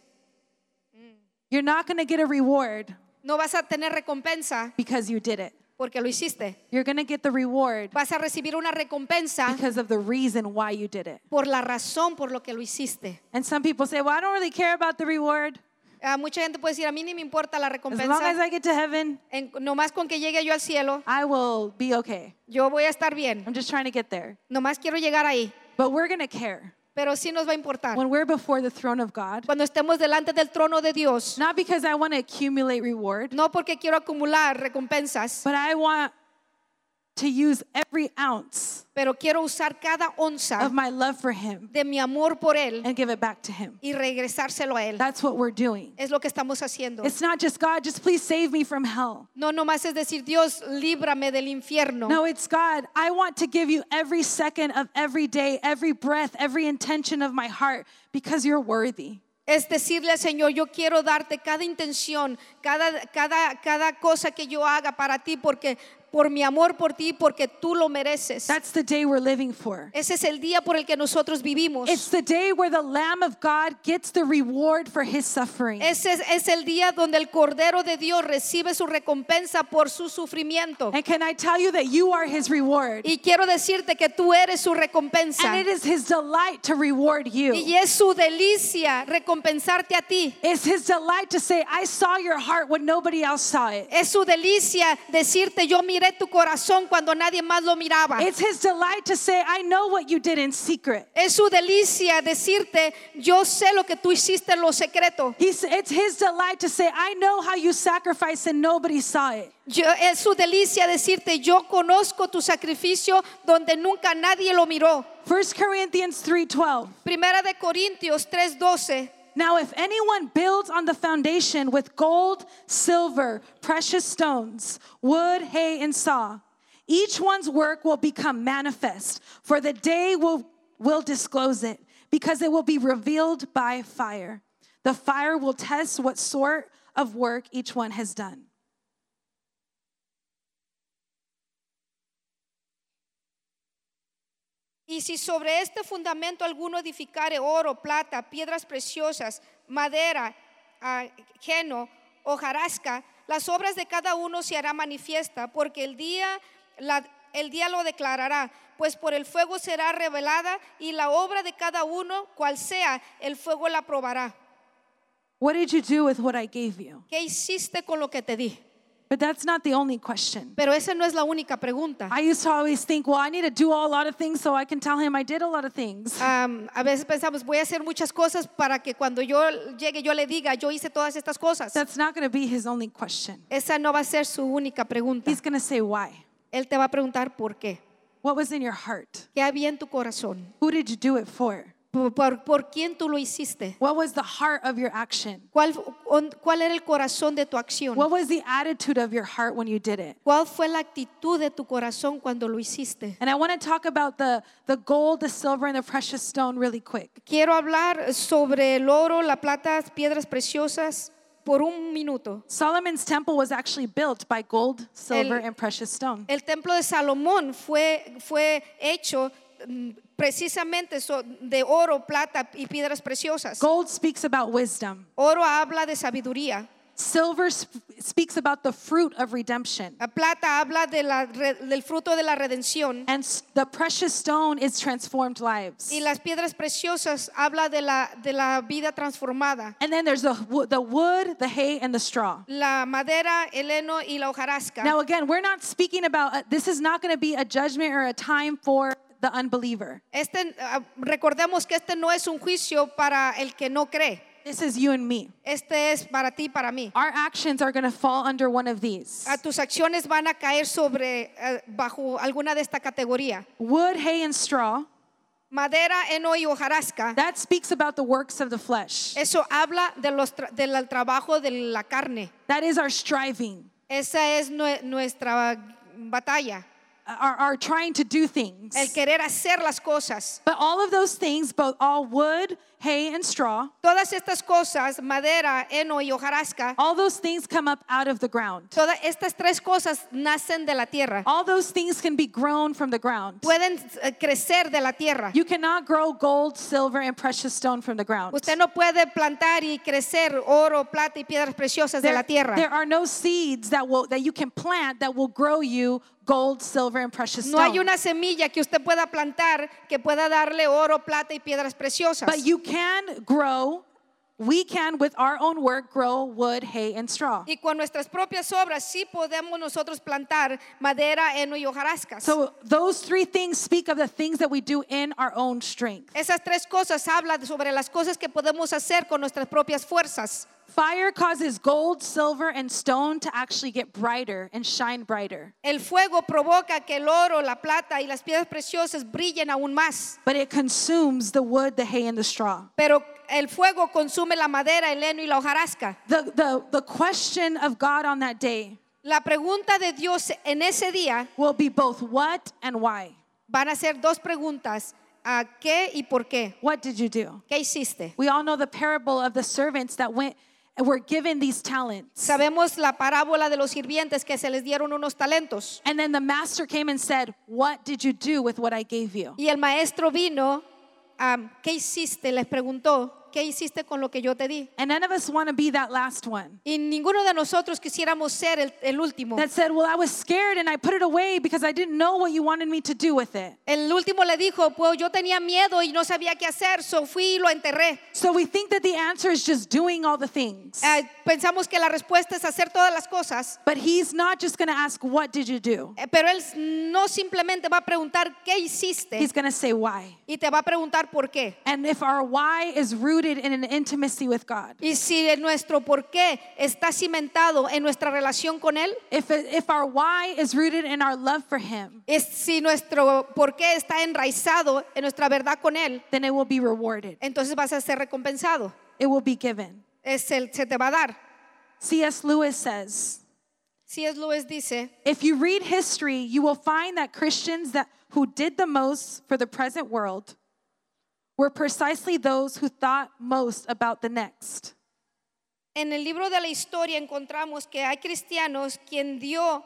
You're not going to get a reward
No vas a tener recompensa
because you did it.
porque lo hiciste.
You're going to get the reward
Vas a recibir una recompensa
because of the reason why you did it.
por la razón por lo que lo hiciste.
And some people say, well, I don't really care about the reward.
Ah, mucha gente puede decir, a mí ni me importa la
As long as
recompensa,
I get to heaven,
en- nomás con que llegue yo al cielo,
I will be okay.
yo voy a estar bien,
I'm just trying to get there.
nomás quiero llegar ahí,
But we're going to care
pero sí nos va a importar.
when we're before the throne of God,
Cuando estemos delante del trono de Dios,
not because I want to accumulate reward,
no porque quiero acumular recompensas,
but I want to use every ounce
pero quiero usar cada
of
onza
my love for Him
de mi amor por Él
and give it back to Him.
y regresárselo a Él.
That's what we're doing.
Es lo que estamos haciendo.
It's not just God, just please save me from hell.
No, nomás es decir, Dios, líbrame del infierno.
No, it's God. I want to give you every second of every day, every breath, every intention of my heart because you're worthy.
Es decirle al Señor, yo quiero darte cada intención, cada, cada, cada cosa que yo haga para ti, porque por mi amor por ti, porque tú lo mereces.
That's the day we're living for.
Ese es el día por el que nosotros vivimos.
It's the day where the Lamb of God gets the reward for his suffering.
Ese es, es el día donde el Cordero de Dios recibe su recompensa por su sufrimiento.
And can I tell you that you are his reward?
Y quiero decirte que tú eres su recompensa.
And it is his delight to reward
Y
you.
es su delicia recompensarte a ti.
It's his delight to say, I saw your heart when nobody else saw it.
Es su delicia decirte, yo miré secreto corazón cuando nadie más lo miraba.
It's his delight to say, I know what you did in secret.
Es su delicia decirte, yo sé lo que tú hiciste en lo secreto.
He's, it's his delight to say, I know how you sacrificed and nobody saw it.
Yo- es su delicia decirte, yo conozco tu sacrificio donde nunca nadie lo miró.
1 Corinthians 3:12.
Primera de Corintios 3:12.
Now if anyone builds on the foundation with gold, silver, precious stones, wood, hay and saw, each one's work will become manifest, for the day will will disclose it, because it will be revealed by fire. The fire will test what sort of work each one has done.
Y si sobre este fundamento alguno edificare oro, plata, piedras preciosas, madera, ah, heno, hojarasca, las obras de cada uno se hará manifiesta, porque el día, la- el día lo declarará, pues por el fuego será revelada y la obra de cada uno, cual sea, el fuego la probará.
What did you do with what I gave you?
¿Qué hiciste con lo que te di?
But that's not the only question.
Pero esa no es la única pregunta.
I used to always think, well, I need to do a lot of things so I can tell him I did a lot of things.
Am, a veces pensamos, voy a hacer muchas cosas para que cuando yo llegue yo le diga, yo hice todas estas cosas.
That's not going to be his only question.
Esa no va a ser su única pregunta.
He's going to say, why?
Él te va a preguntar por qué.
What was in your heart?
¿Qué había en tu corazón?
Who did you do it for?
¿Por, por- por quién tú lo hiciste?
What was the heart of your action?
¿Cuál, on- cuál era el corazón de tu acción?
What was the attitude of your heart when you did it?
¿Cuál fue la actitud de tu corazón cuando lo hiciste?
And I want to talk about the, the gold, the silver, and the precious stone really quick.
Quiero hablar sobre el oro, la plata, piedras preciosas por un minuto.
Solomon's temple was actually built by gold, silver, and precious stone.
El templo de Salomón fue, fue hecho mm, precisamente so- de oro, plata y piedras preciosas.
Gold speaks about wisdom.
Oro habla de sabiduría.
Silver sp- speaks about the fruit of redemption.
La plata habla de la re- del fruto de la redención
And s- the precious stone is transformed lives.
y las piedras preciosas habla de la, de la vida transformada.
And then there's the, wo- the wood, the hay, and the straw.
La madera, el heno y la hojarasca.
Now, again, we're not speaking about uh, this is not going to be a judgment or a time for the unbeliever.
este, ah, recordemos que este no es un juicio para el que no cree.
This is you and me.
Este es para ti, para mí.
Our actions are going to fall under one of these
A tus acciones van a caer sobre eh, bajo alguna de esta categoría.
wood, hay, and straw.
Madera, heno y hojarasca.
That speaks about the works of the flesh.
Eso habla de los tra- del trabajo de la carne.
That is our striving,
Esa es nue- nuestra batalla.
uh, our, our trying to do things.
el querer hacer las cosas.
But all of those things, both all wood, hay, and straw,
Todas estas cosas, madera, heno y hojarasca,
all those things come up out of the ground.
todas estas tres cosas nacen de la tierra.
All those things can be grown from the ground.
Pueden eh, crecer de la tierra.
You cannot grow gold, silver, and precious stone from the ground.
Usted no puede plantar y crecer oro, plata y piedras preciosas de la
there
tierra.
are no seeds that will that you can plant that will grow you gold, silver, and precious
No
stone.
hay una semilla que usted pueda plantar que pueda darle oro, plata y piedras preciosas.
But you can grow. We can, with our own work, grow wood, hay, and straw.
Y con nuestras propias obras sí podemos nosotros plantar madera, heno y hojarascas.
So those three things speak of the things that we do in our own strength.
Esas tres cosas hablan sobre las cosas que podemos hacer con nuestras propias fuerzas.
Fire causes gold, silver, and stone to actually get brighter and shine brighter.
El fuego provoca que el oro, la plata y las piedras preciosas brillen aún más.
But it consumes the wood, the hay, and the straw.
Pero el fuego consume la madera, el heno y la hojarasca.
The, the, the question of God on that day
La pregunta de Dios en ese día
will be both what and why.
van a ser dos preguntas. ¿A qué y por qué?
What did you do?
¿Qué hiciste?
We all know the parable of the servants that went and were given these talents.
Sabemos la parábola de los sirvientes que se les dieron unos talentos.
And then the master came and said, What did you do with what I gave you?
Y el maestro vino, am, ¿qué hiciste? Les preguntó, ¿qué hiciste con lo que yo te di?
And none of us want to be that last one
Y ninguno de nosotros quisiéramos ser el, el último.
that said, Well, I was scared and I put it away because I didn't know what you wanted me to do with it.
El último le dijo, pues yo tenía miedo y no sabía qué hacer, so fui y lo enterré.
So we think that the answer is just doing all the things.
Eh, pensamos que la respuesta es hacer todas las cosas,
But he's not just going to ask, What did you do?
eh, pero él no simplemente va a preguntar qué hiciste
He's going to say, Why?
y te va a preguntar por qué.
And if our why is rooted in an intimacy with God,
Y si el nuestro por qué está cimentado en nuestra relación con Él,
if, if our why is rooted in our love for Him,
es si nuestro por qué está enraizado en nuestra verdad con Él,
then it will be rewarded,
entonces vas a ser recompensado.
it will be given.
Es el- se te va a dar.
C.S. Lewis says,
C.S. Lewis dice,
If you read history, you will find that Christians that, who did the most for the present world were precisely those who thought most about the next.
En el libro de la historia encontramos que hay cristianos quien dio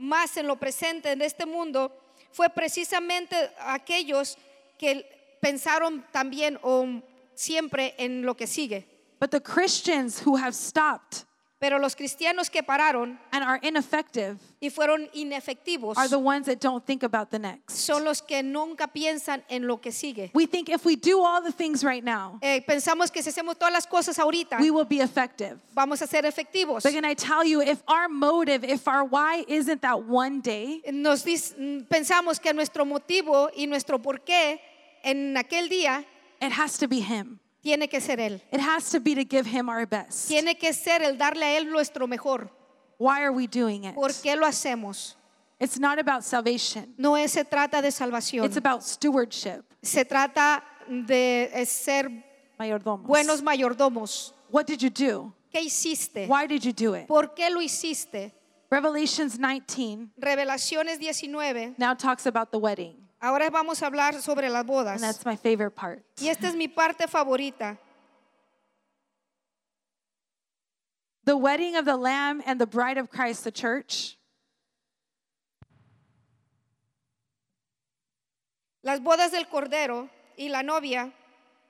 más en lo presente en este mundo fue precisamente aquellos que pensaron también o siempre en lo que sigue.
But the Christians who have stopped
Pero los cristianos que pararon
and are ineffective
y fueron inefectivos
are the ones that don't think about the next.
son los que nunca piensan en lo que sigue.
We think if we do all the things right now,
Eh, pensamos que si hacemos todas las cosas ahorita
we will be effective.
vamos a ser efectivos.
But can I tell you, if our motive, if our why isn't that one day,
nos dis- mm, pensamos que nuestro motivo y nuestro porqué en aquel día
it has to be Him.
tiene que ser él.
It has to be to give Him our best.
Tiene que ser el darle a él nuestro mejor.
Why are we doing it?
¿Por qué lo hacemos?
It's not about salvation,
No es- se trata de salvación.
it's about stewardship.
Se trata de eh, ser
Mayordomos.
buenos mayordomos.
what did you do?
¿Qué hiciste?
Why did you do it?
¿Por qué lo hiciste?
Revelations 19
Revelaciones 19.
now talks about the wedding,
Ahora vamos a hablar sobre las
and
bodas.
that's my favorite part.
Y esta es mi parte favorita.
The wedding of the Lamb and the bride of Christ, the church.
Las bodas del Cordero y la novia.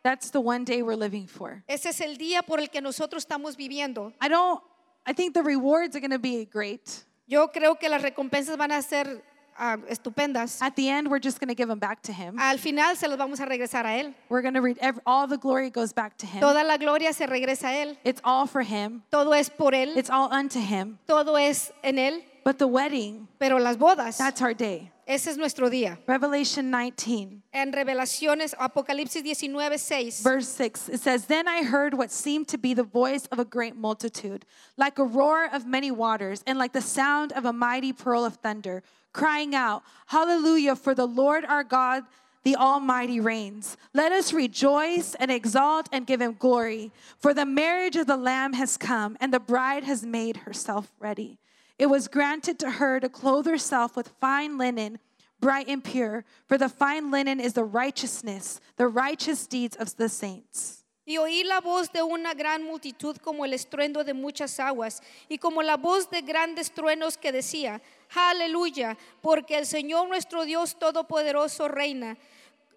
That's the one day we're living for.
Ese es el día por el que nosotros estamos viviendo.
I don't, I think the rewards are going to be great.
Yo creo que las recompensas van a ser ah, estupendas.
At the end, we're just going to give them back to Him.
Al final se los vamos a regresar a Él.
We're going to read, ev- all the glory goes back to Him.
Toda la gloria se regresa a Él.
It's all for Him,
Todo es por Él.
it's all unto Him.
Todo es en Él.
But the wedding,
Pero las bodas,
that's our day.
ese es nuestro día.
Revelation 19.
En Revelaciones, Apocalipsis 19, 6.
Verse 6, it says, Then I heard what seemed to be the voice of a great multitude, like a roar of many waters, and like the sound of a mighty pearl of thunder, crying out, Hallelujah, for the Lord our God, the Almighty reigns. Let us rejoice and exalt and give him glory, for the marriage of the Lamb has come, and the bride has made herself ready. It was granted to her to clothe herself with fine linen bright and pure, for the fine linen is the righteousness, the righteous deeds of the saints.
Y oí la voz de una gran multitud como el estruendo de muchas aguas y como la voz de grandes truenos que decía, aleluya, porque el Señor nuestro Dios Todopoderoso reina.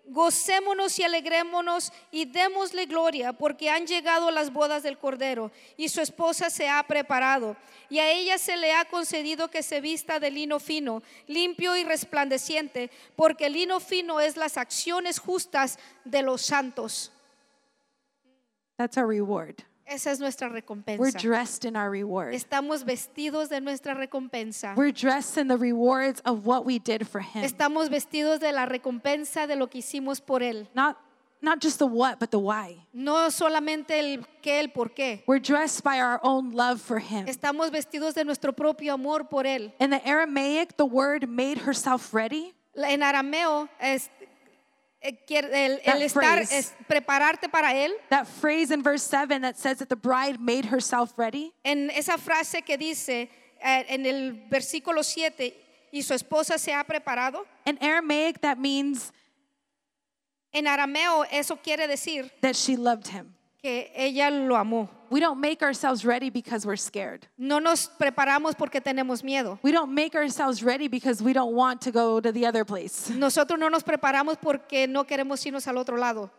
Gocémonos y alegrémonos y démosle gloria, porque han llegado las bodas del Cordero y su esposa se ha preparado. Y a ella se le ha concedido que se vista de lino fino, limpio y resplandeciente, porque el lino fino es las acciones justas de los santos.
That's our reward.
Esa es nuestra
We're
recompensa.
dressed in our reward.
Estamos vestidos de nuestra recompensa.
We're dressed in the rewards of what we did for Him.
Estamos vestidos de la recompensa de lo que hicimos por Él.
Not, not just the what, but the why.
No solamente el qué, el por qué.
We're dressed by our own love for Him.
Estamos vestidos de nuestro propio amor por Él.
In the Aramaic, the word made herself ready.
La- En arameo, es, eh, quier- el, el
That
estar,
phrase.
es prepararte para Él.
That phrase in verse 7 that says that the bride made herself ready,
En esa frase que dice eh, en el versículo 7, y su esposa se ha preparado.
in Aramaic, that means
En arameo, eso quiere decir
that she loved Him.
que ella lo amó.
We don't make ourselves ready because we're scared.
No nos preparamos porque tenemos miedo.
We don't make ourselves ready because we don't want to go to the other place.
Nosotros no nos preparamos porque no queremos irnos al otro lado.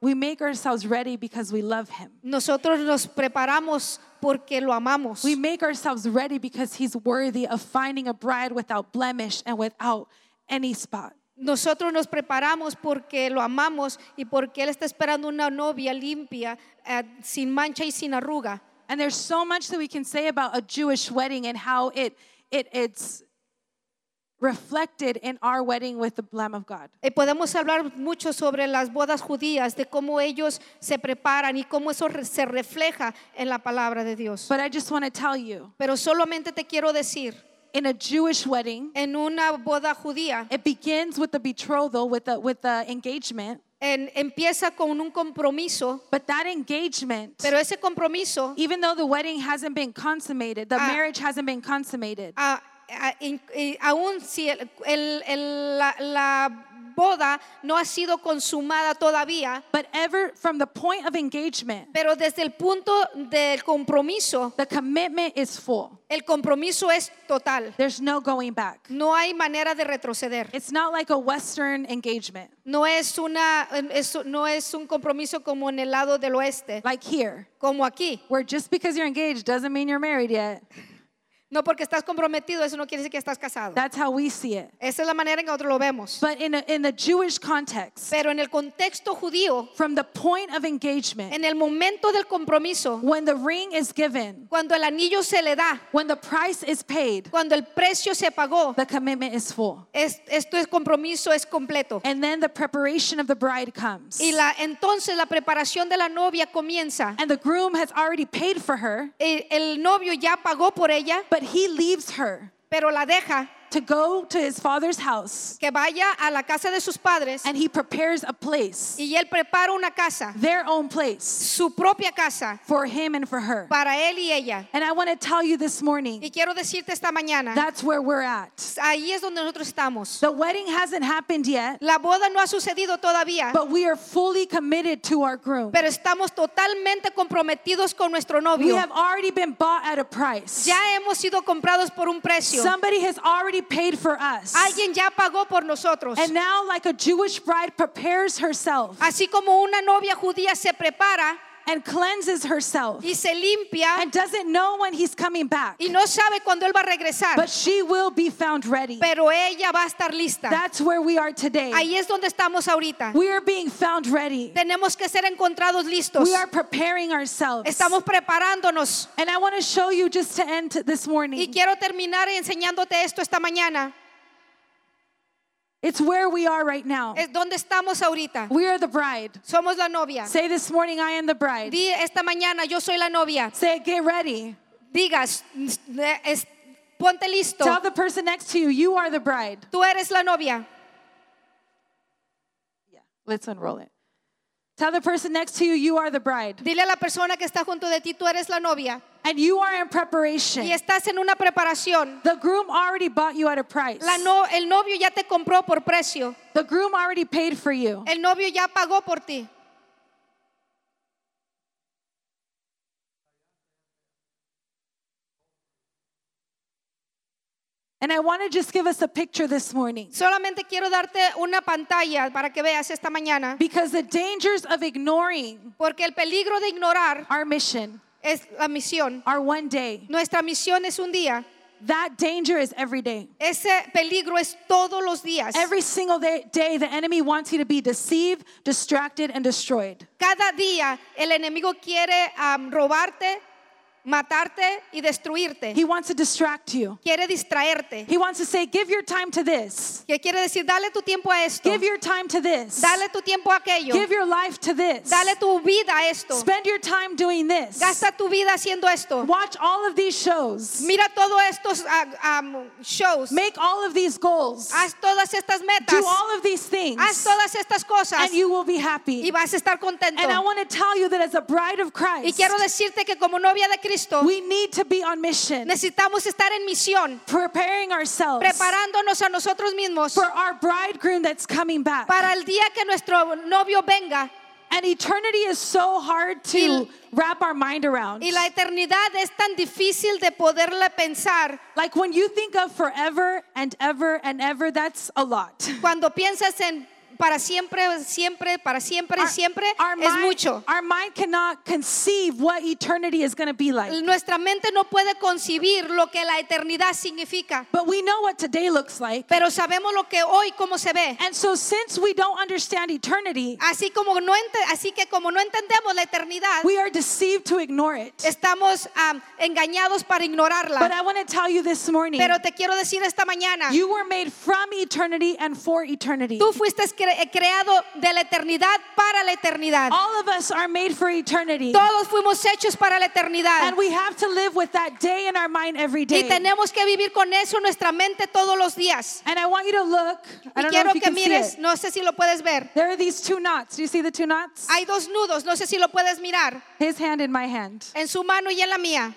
We make ourselves ready because we love him.
Nosotros nos preparamos porque lo amamos.
We make ourselves ready because he's worthy of finding a bride without blemish and without any spot.
Nosotros nos preparamos porque lo amamos y porque Él está esperando una novia limpia, eh, sin mancha y sin arruga.
And there's so much that we can say about a Jewish wedding and how it, it it's reflected in our wedding with the Lamb of God.
Eh, podemos hablar mucho sobre las bodas judías, de cómo ellos se preparan y cómo eso re- se refleja en la palabra de Dios.
But I just want to tell you,
Pero solamente te quiero decir,
in a Jewish wedding,
en una boda judía,
it begins with the betrothal, with the with the engagement.
en- empieza con un compromiso,
But that engagement,
pero ese compromiso
even though the wedding hasn't been consummated, the
Ah.
marriage hasn't been consummated,
a- a- in- eh, aún si el- el- el- la, la boda no ha sido consumada todavía,
but ever from the point of engagement,
pero desde el punto del compromiso,
the commitment is full.
el compromiso es total.
There's no going back.
No hay manera de retroceder.
It's not like a Western engagement,
No es, una, es- no es un compromiso como en el lado del oeste,
like here,
como aquí.
where just because you're engaged doesn't mean you're married yet.
No porque estás comprometido, eso no quiere decir que estás casado.
That's how we see it.
Esa es la manera en que nosotros lo vemos.
But in, a, in the Jewish context,
Pero en el contexto judío,
from the point of engagement,
en el momento del compromiso,
when the ring is given,
cuando el anillo se le da,
when the price is paid,
cuando el precio se pagó,
the commitment is full.
es- esto es compromiso, es completo.
And then the preparation of the bride comes.
Y la, entonces la preparación de la novia comienza.
And the groom has already paid for her,
El, el novio ya pagó por ella,
but he leaves her
pero la deja
to go to his father's house
que vaya a la casa de sus padres
and he prepares a place,
y él prepara una casa,
their own place,
su propia casa,
for him and for her.
para él y ella.
And I want to tell you this morning
Y quiero decirte esta mañana,
that's where we're at.
ahí es donde nosotros estamos.
The wedding hasn't happened yet,
La boda no ha sucedido todavía,
but we are fully committed to our groom.
pero estamos totalmente comprometidos con nuestro
We
novio.
have already been bought at a price.
Ya hemos sido comprados por un precio.
Somebody has already paid for us.
Alguien ya pagó por nosotros.
And now, like a Jewish bride prepares herself
Así como una novia judía se prepara
and cleanses herself
y se limpia
and doesn't know when he's coming back,
y no sabe cuándo él va a regresar,
but she will be found ready.
pero ella va a estar lista.
That's where we are today.
Ahí es donde estamos ahorita.
We are being found ready.
Tenemos que ser encontrados listos.
We are preparing ourselves.
Estamos preparándonos.
And I want to show you just to end this
Y
morning.
quiero terminar enseñándote esto esta mañana.
It's where we are right now.
Es donde estamos ahorita.
We are the bride.
Somos la novia.
Say this morning, I am the bride.
Di esta mañana, yo soy la novia.
Say, get ready.
Digas, "Es- es- ponte listo.
Tell the person next to you, you are the bride.
Tú eres la novia.
Let's unroll it. Tell the person next to you, you are the bride.
Dile a la persona que está junto de ti, tú eres la novia.
And you are in preparation.
Y estás en una preparación.
The groom already bought you at a price.
La no- el novio ya te compró por precio.
The groom already paid for you.
El novio ya pagó por ti.
And I want to just give us a picture this morning
Solamente quiero darte una pantalla para que veas esta mañana.
because the dangers of ignoring
Porque el peligro de ignorar
our mission,
es la misión.
our one day,
Nuestra misión es un día.
that danger is every day.
Ese peligro es todos los días.
Every single day, day, the enemy wants you to be deceived, distracted, and destroyed.
Cada día el enemigo quiere am, robarte, matarte y destruirte.
He wants to distract you.
Quiere distraerte.
He wants to say, Give your time to this.
Que quiere decir, dale tu tiempo a esto.
Give your time to this.
Dale tu tiempo a aquello.
Give your life to this.
Dale tu vida a esto.
Spend your time doing this.
Gasta tu vida haciendo esto.
Watch all of these shows.
Mira todos estos ah, am, shows.
Make all of these goals.
Haz todas estas metas.
Do all of these things.
Haz todas estas cosas
And you will be
y
happy.
vas a estar contento.
And I want to tell you that as a bride
Y
of Christ,
quiero decirte que como novia de Cristo
we need to be on mission,
necesitamos estar en misión.
preparing ourselves
preparándonos a nosotros mismos
for our bridegroom that's coming back.
para el día que nuestro novio venga.
And eternity is so hard
Y-
to wrap our mind around.
Y la eternidad es tan difícil de poderla pensar.
Like when you think of forever and ever and ever, that's a lot.
Cuando piensas en para siempre, siempre, para siempre,
Our-
siempre
our
es
mind-
mucho.
Our mind cannot conceive what eternity is going to be like.
Nuestra mente no puede concebir lo que la eternidad significa,
But we know what today looks like.
pero sabemos lo que hoy cómo se ve.
And so since we don't understand eternity,
Así como no ente- así que como no entendemos la eternidad,
we are deceived to ignore it.
estamos am, engañados para
But
ignorarla.
I want to tell you this morning,
Pero te quiero decir esta mañana,
you were made from eternity and for eternity.
tú fuiste cre- creado de la eternidad para la eternidad.
All of us are made for eternity.
Todos fuimos hechos para la eternidad.
And we have to live with that day in our mind every
Y
day.
tenemos que vivir con eso en nuestra mente todos los días.
And I want you to look. I
Y
don't know
quiero
if
que
you can see
mires,
it.
no sé si lo puedes ver.
There are these two knots. Do you see the two knots?
Hay dos nudos, no sé si lo puedes mirar,
His hand in my hand.
en su mano y en la mía.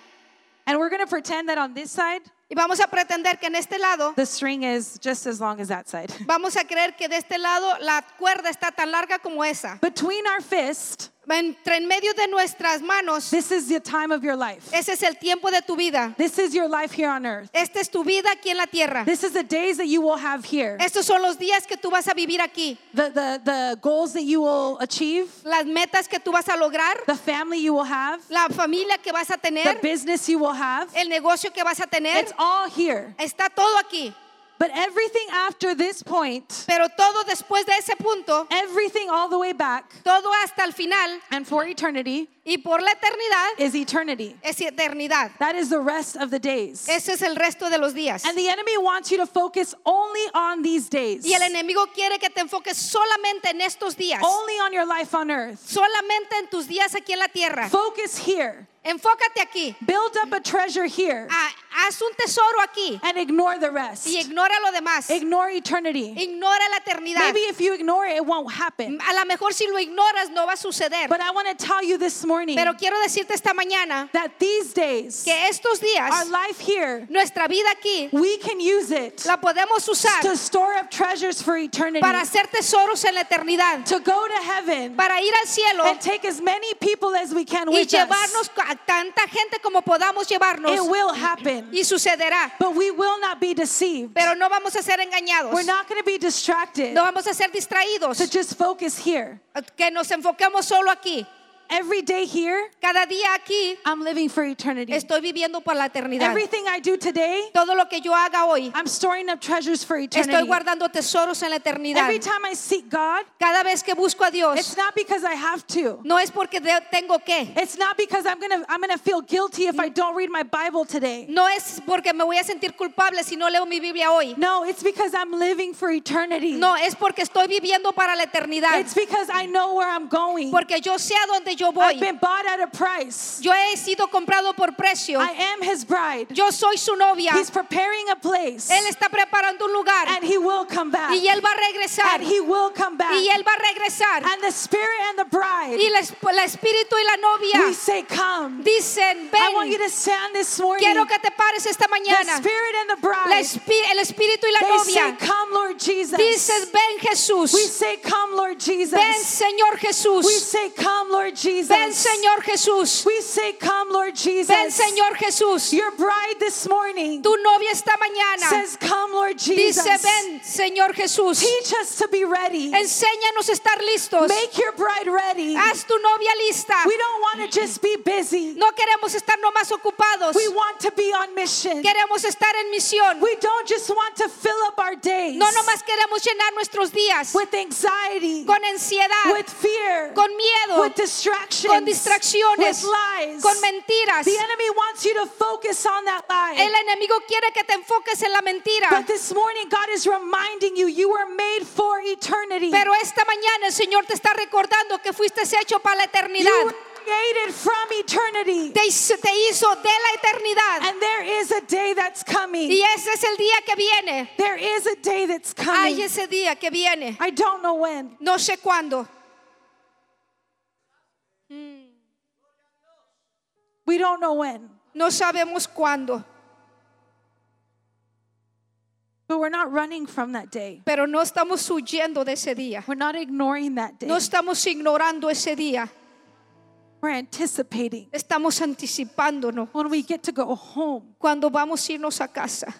And we're going to pretend that on this side,
Y vamos a pretender que en este lado,
the string is just as long as that side. *laughs*
vamos a creer que de este lado la cuerda está tan larga como esa.
Between our fist,
Entre en medio de nuestras manos,
this is the time of your life.
ese es el tiempo de tu vida.
This is your life here on earth.
Esta es tu vida aquí en la tierra.
This is the days that you will have here.
Estos son los días que tú vas a vivir aquí,
The, the, the goals that you will achieve,
las metas que tú vas a lograr,
the family you will have,
la familia que vas a
the
tener,
business you will have.
el negocio que vas a tener.
It's all here.
Está todo aquí,
But everything after this point,
pero todo después de ese punto,
everything all the way back
todo hasta el final
and for eternity
y por la eternidad
is eternity.
es eternidad.
That is the rest of the days.
Ese es el resto de los días.
And the enemy wants you to focus only on these days.
Y el enemigo quiere que te enfoques solamente en estos días,
Only on your life on earth.
solamente en tus días aquí en la tierra.
Focus here.
Enfócate aquí,
Build up a treasure here
Ha- haz un tesoro aquí
and ignore the rest.
Ah. y ignora lo demás.
Ignore eternity.
Ignora la eternidad.
Maybe if you ignore it, it won't happen.
A lo mejor si lo ignoras no va a suceder.
But I want to tell you this morning
Pero quiero decirte esta mañana
that these days,
que estos
our
días,
life here,
nuestra vida aquí,
we can use it
la podemos usar
to store up treasures for eternity,
para hacer tesoros en la eternidad,
to go to heaven
para ir al cielo
and take as many people as we can
y
with us.
llevarnos a tanta gente como podamos
It
llevarnos.
will happen.
Y sucederá.
But we will not be deceived.
Pero no vamos a ser engañados.
We're not going to be distracted
No vamos a ser distraídos.
to just focus here.
Que nos enfoquemos solo aquí.
Every day here,
Cada día aquí
I'm living for eternity.
estoy viviendo por la eternidad.
Everything I do today,
Todo lo que yo haga hoy,
I'm storing up treasures for
estoy
eternity.
guardando tesoros en la eternidad.
Every time I seek God,
Cada vez que busco a Dios,
it's not because I have to.
no es porque de- tengo que.
It's not because I'm going to I'm going to feel guilty
Mm.
if I don't read my Bible today.
No es porque me voy a sentir culpable si no leo mi Biblia hoy.
No, it's because I'm living for eternity.
No, es porque estoy viviendo para la eternidad.
It's because I know where I'm going.
Porque yo sé a dónde yo
I've
voy.
been bought at a price.
Yo he sido comprado por precio.
I am his bride.
Yo soy su novia.
He's preparing a place.
Él está preparando un lugar
And he will come back.
y él va a regresar
And
y
he will come back.
él va a regresar
And the spirit and the bride,
y el, esp- el espíritu y la novia
we say, Come.
dicen
I want you
ven
to stand this morning.
quiero que te pares esta
the
mañana
spirit and the
La
bride,
espi- el espíritu y la
they say,
novia
Come, Lord Jesus.
dicen ven
we
Jesús
say, Come, Lord Jesus.
ven Señor
we
Jesús
say, Come, Lord Jesus.
ven Señor Jesús
We say, Come, Lord Jesus.
ven Señor Jesús
Your bride this morning
tu novia esta mañana
says, Come, Lord Jesus.
dice ven Señor Jesús
Teach us to be ready.
enséñanos a estar listos
Make your bride ready.
haz tu novia lista
We don't want to just be busy.
no queremos estar nomás ocupados
We want to be on mission.
Queremos estar en misión.
We don't just want to fill up our days
No nomás queremos llenar nuestros días
with anxiety,
con ansiedad,
with fear,
con miedo,
with distractions,
con distracciones,
with lies.
con mentiras.
The enemy wants you to focus on that lie.
El enemigo quiere que te enfoques en la mentira.
But this morning, God is reminding you, you were made for eternity.
Pero esta mañana el Señor te está recordando que fuiste hecho para la eternidad.
you were created from eternity.
Te hizo, te hizo de la eternidad.
And there is a day that's coming.
Y ese es el día que viene.
There is a day that's coming.
Hay ese día que viene.
I don't know when.
No sé cuándo.
We don't know when.
No sabemos cuándo.
But we're not running from that day.
Pero no estamos huyendo de ese día.
We're not ignoring that day.
No estamos ignorando ese día.
We're anticipating
Estamos anticipándonos
when we get to go home.
cuando vamos a irnos a casa.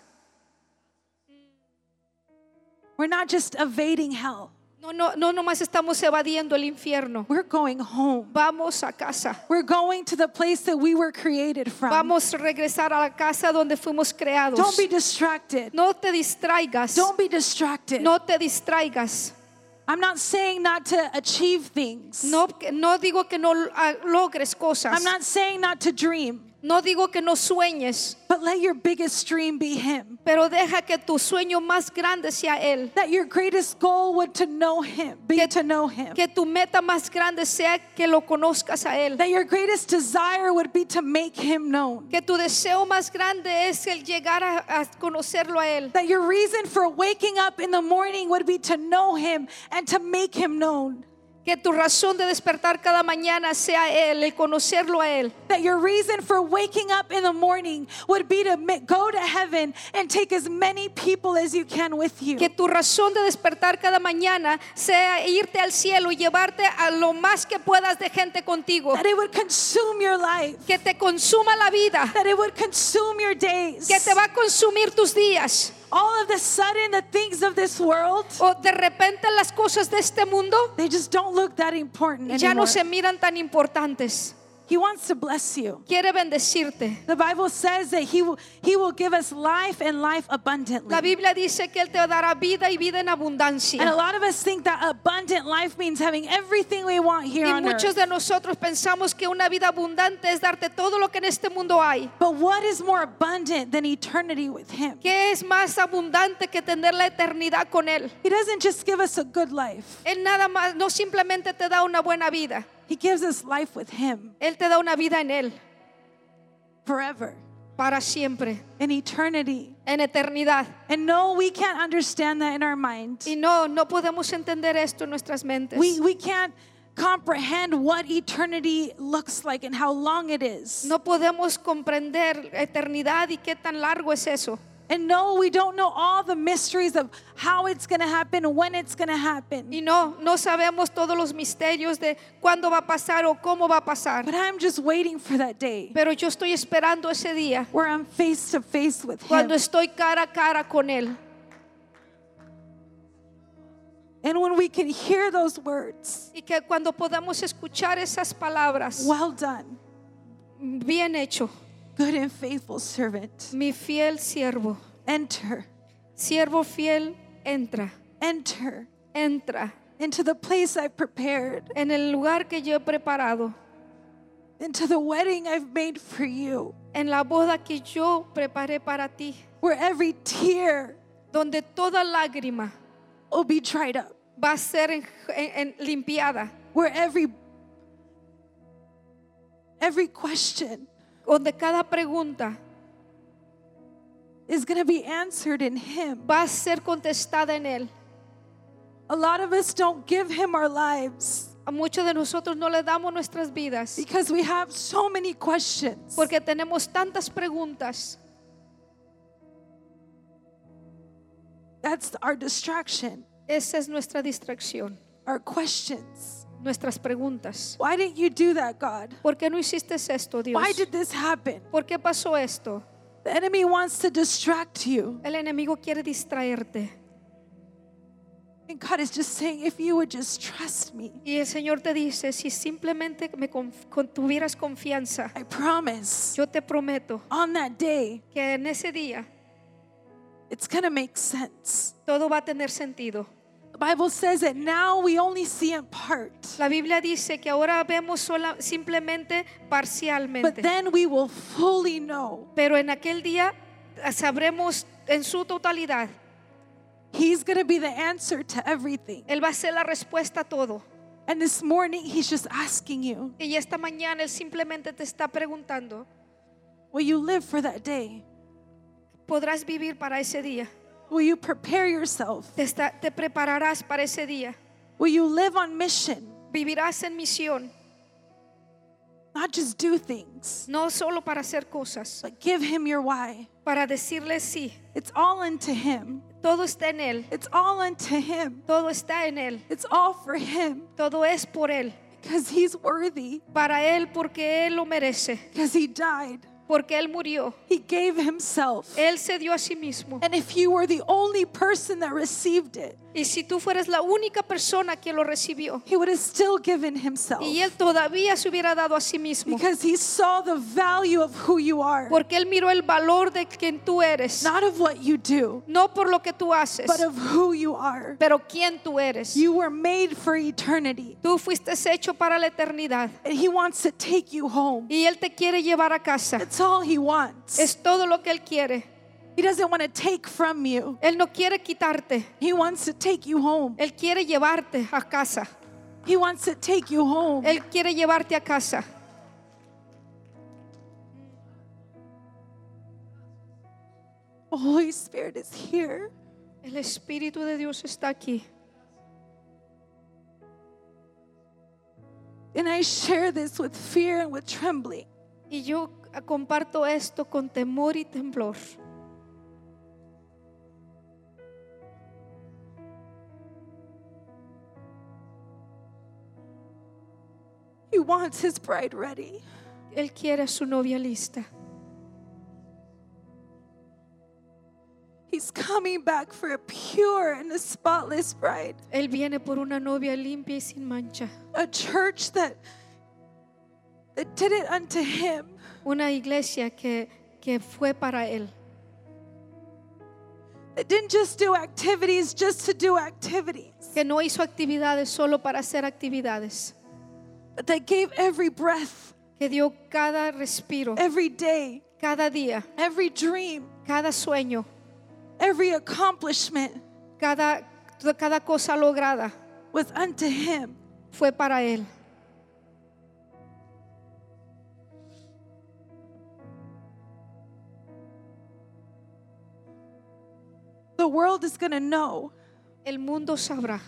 We're not just evading hell.
No, no, no nomás estamos evadiendo el infierno.
We're going home.
Vamos a casa.
We're going to the place that we were created from.
Vamos a regresar a la casa donde fuimos creados.
Don't be distracted.
No te distraigas.
Don't be distracted.
No te distraigas.
I'm not saying not to achieve things.
No, que- no digo que no ah, logres cosas.
I'm not saying not to dream,
No digo que no sueñes,
but let your biggest dream be Him.
pero deja que tu sueño más grande sea Él.
That your greatest goal would to know Him, be
Que-
to know Him.
Que tu meta más grande sea que lo conozcas a Él.
that your greatest desire would be to make Him known.
Que tu deseo más grande es el llegar a, a conocerlo a Él.
That your reason for waking up in the morning would be to know Him and to make Him known.
Que tu razón de despertar cada mañana sea Él, el conocerlo a Él.
That your reason for waking up in the morning would be to ma- go to heaven and take as many people as you can with you.
Que tu razón de despertar cada mañana sea irte al cielo y llevarte a lo más que puedas de gente contigo.
that it would consume your life.
Que te consuma la vida.
That it would consume your days.
Que te va a consumir tus días.
All of the sudden, the things of this world,
O de repente las cosas de este mundo
they just don't look that important
ya no
anymore.
se miran tan importantes.
He wants to bless you.
Quiere bendecirte.
The Bible says that he will, he will give us life and life
La
abundantly.
Biblia dice que Él te dará vida y vida en
And a
abundancia.
lot of us think that abundant life means having everything we want here
Y
on
muchos
earth.
de nosotros pensamos que una vida abundante es darte todo lo que en este mundo hay.
But what is more abundant than eternity with Him?
¿Qué es más abundante que tener la eternidad con Él?
He doesn't just give us a good life,
Él nada más, no simplemente te da una buena vida,
He gives us life with Him
Él te da una vida en Él
forever,
para siempre,
in eternity.
en eternidad.
And no, we can't understand that in our mind.
Y no, no podemos entender esto en nuestras mentes.
We, we can't comprehend what eternity looks like and how long it is.
No podemos comprender eternidad y qué tan largo es eso.
And no, we don't know all the mysteries of how it's going to happen, when it's going to happen.
Y no, no sabemos todos los misterios de cuándo va a pasar o cómo va a pasar.
But I'm just waiting for that day
Pero yo estoy esperando ese día
where I'm face to face with Him.
cuando estoy cara a cara con Él.
And when we can hear those words,
Y que cuando podamos escuchar esas palabras,
well done,
bien hecho,
good and faithful servant,
mi fiel siervo,
enter,
siervo fiel, entra,
enter
entra
into the place I've prepared,
en el lugar que yo he preparado,
into the wedding I've made for you,
en la boda que yo preparé para ti,
where every tear
donde toda lágrima
will be dried up.
va a ser en- en- en- limpiada,
where every every question
donde cada pregunta
is going to be answered in him
va a ser contestada en Él.
a lot of us don't give him our lives
A muchos de nosotros no le damos nuestras vidas
because we have so many questions
porque tenemos tantas preguntas.
that's our distraction
Esa es nuestra distracción,
our questions
nuestras preguntas.
why didn't you do that god
¿Por qué no hiciste esto, Dios?
why did this happen
¿Por qué pasó esto?
the enemy wants to distract you
El enemigo quiere distraerte.
and god is just saying if you would just trust me
Y el Señor te dice, si simplemente me conf- con- tuvieras confianza,
i promise
yo te prometo
on that day
que en ese día
it's going to make sense
todo va a tener sentido.
the bible says that now we only see in part
La Biblia dice que ahora vemos sola- simplemente
But
parcialmente,
then we will fully know.
pero en aquel día ah, sabremos en su totalidad.
He's going to be the answer to everything.
Él va a ser la respuesta a todo.
And this morning, He's just asking you,
Y esta mañana Él simplemente te está preguntando,
will you live for that day?
¿podrás vivir para ese día?
Will you prepare yourself?
Te, está- te prepararás para ese día.
Will you live on mission?
Vivirás en misión,
Not just do things,
no solo para hacer cosas,
but give Him your why.
para decirle sí.
It's all unto Him.
Todo está en Él,
It's all unto Him.
todo está en Él,
It's all for Him
todo es por Él,
because He's worthy,
para Él porque Él lo merece,
because He died,
porque Él murió.
He gave himself.
Él se dio a sí mismo.
And if you were the only person that received it,
Y si tú fueras la única persona que lo recibió
he would have still given himself.
y Él todavía se hubiera dado a sí mismo,
Because he saw the value of who you are,
porque Él miró el valor de quien tú eres,
not of what you do,
no por lo que tú haces,
but of who you are.
pero quién tú eres.
You were made for eternity,
Tú fuiste hecho para la eternidad
and he wants to take you home.
y Él te quiere llevar a casa.
That's all he wants.
Es todo lo que Él quiere.
He doesn't want to take from you,
Él no quiere quitarte,
he wants to take you home.
Él quiere llevarte a casa.
He wants to take you home.
Él quiere llevarte a casa.
The Holy Spirit is here.
El Espíritu de Dios está aquí.
And I share this with fear and with trembling
Y yo comparto esto con temor y temblor,
He wants his bride ready.
Él quiere a su novia lista.
He's coming back for a pure and a spotless bride,
Él viene por una novia limpia y sin mancha,
a church that that did it unto him.
una iglesia que, que fue para Él,
That didn't just do activities just to do activities,
que no hizo actividades solo para hacer actividades,
but that gave every breath,
que dio cada respiro,
every day,
cada día,
every dream,
cada sueño,
every accomplishment
cada, cada cosa lograda
was unto him.
fue para Él.
The world is going to know
El mundo sabrá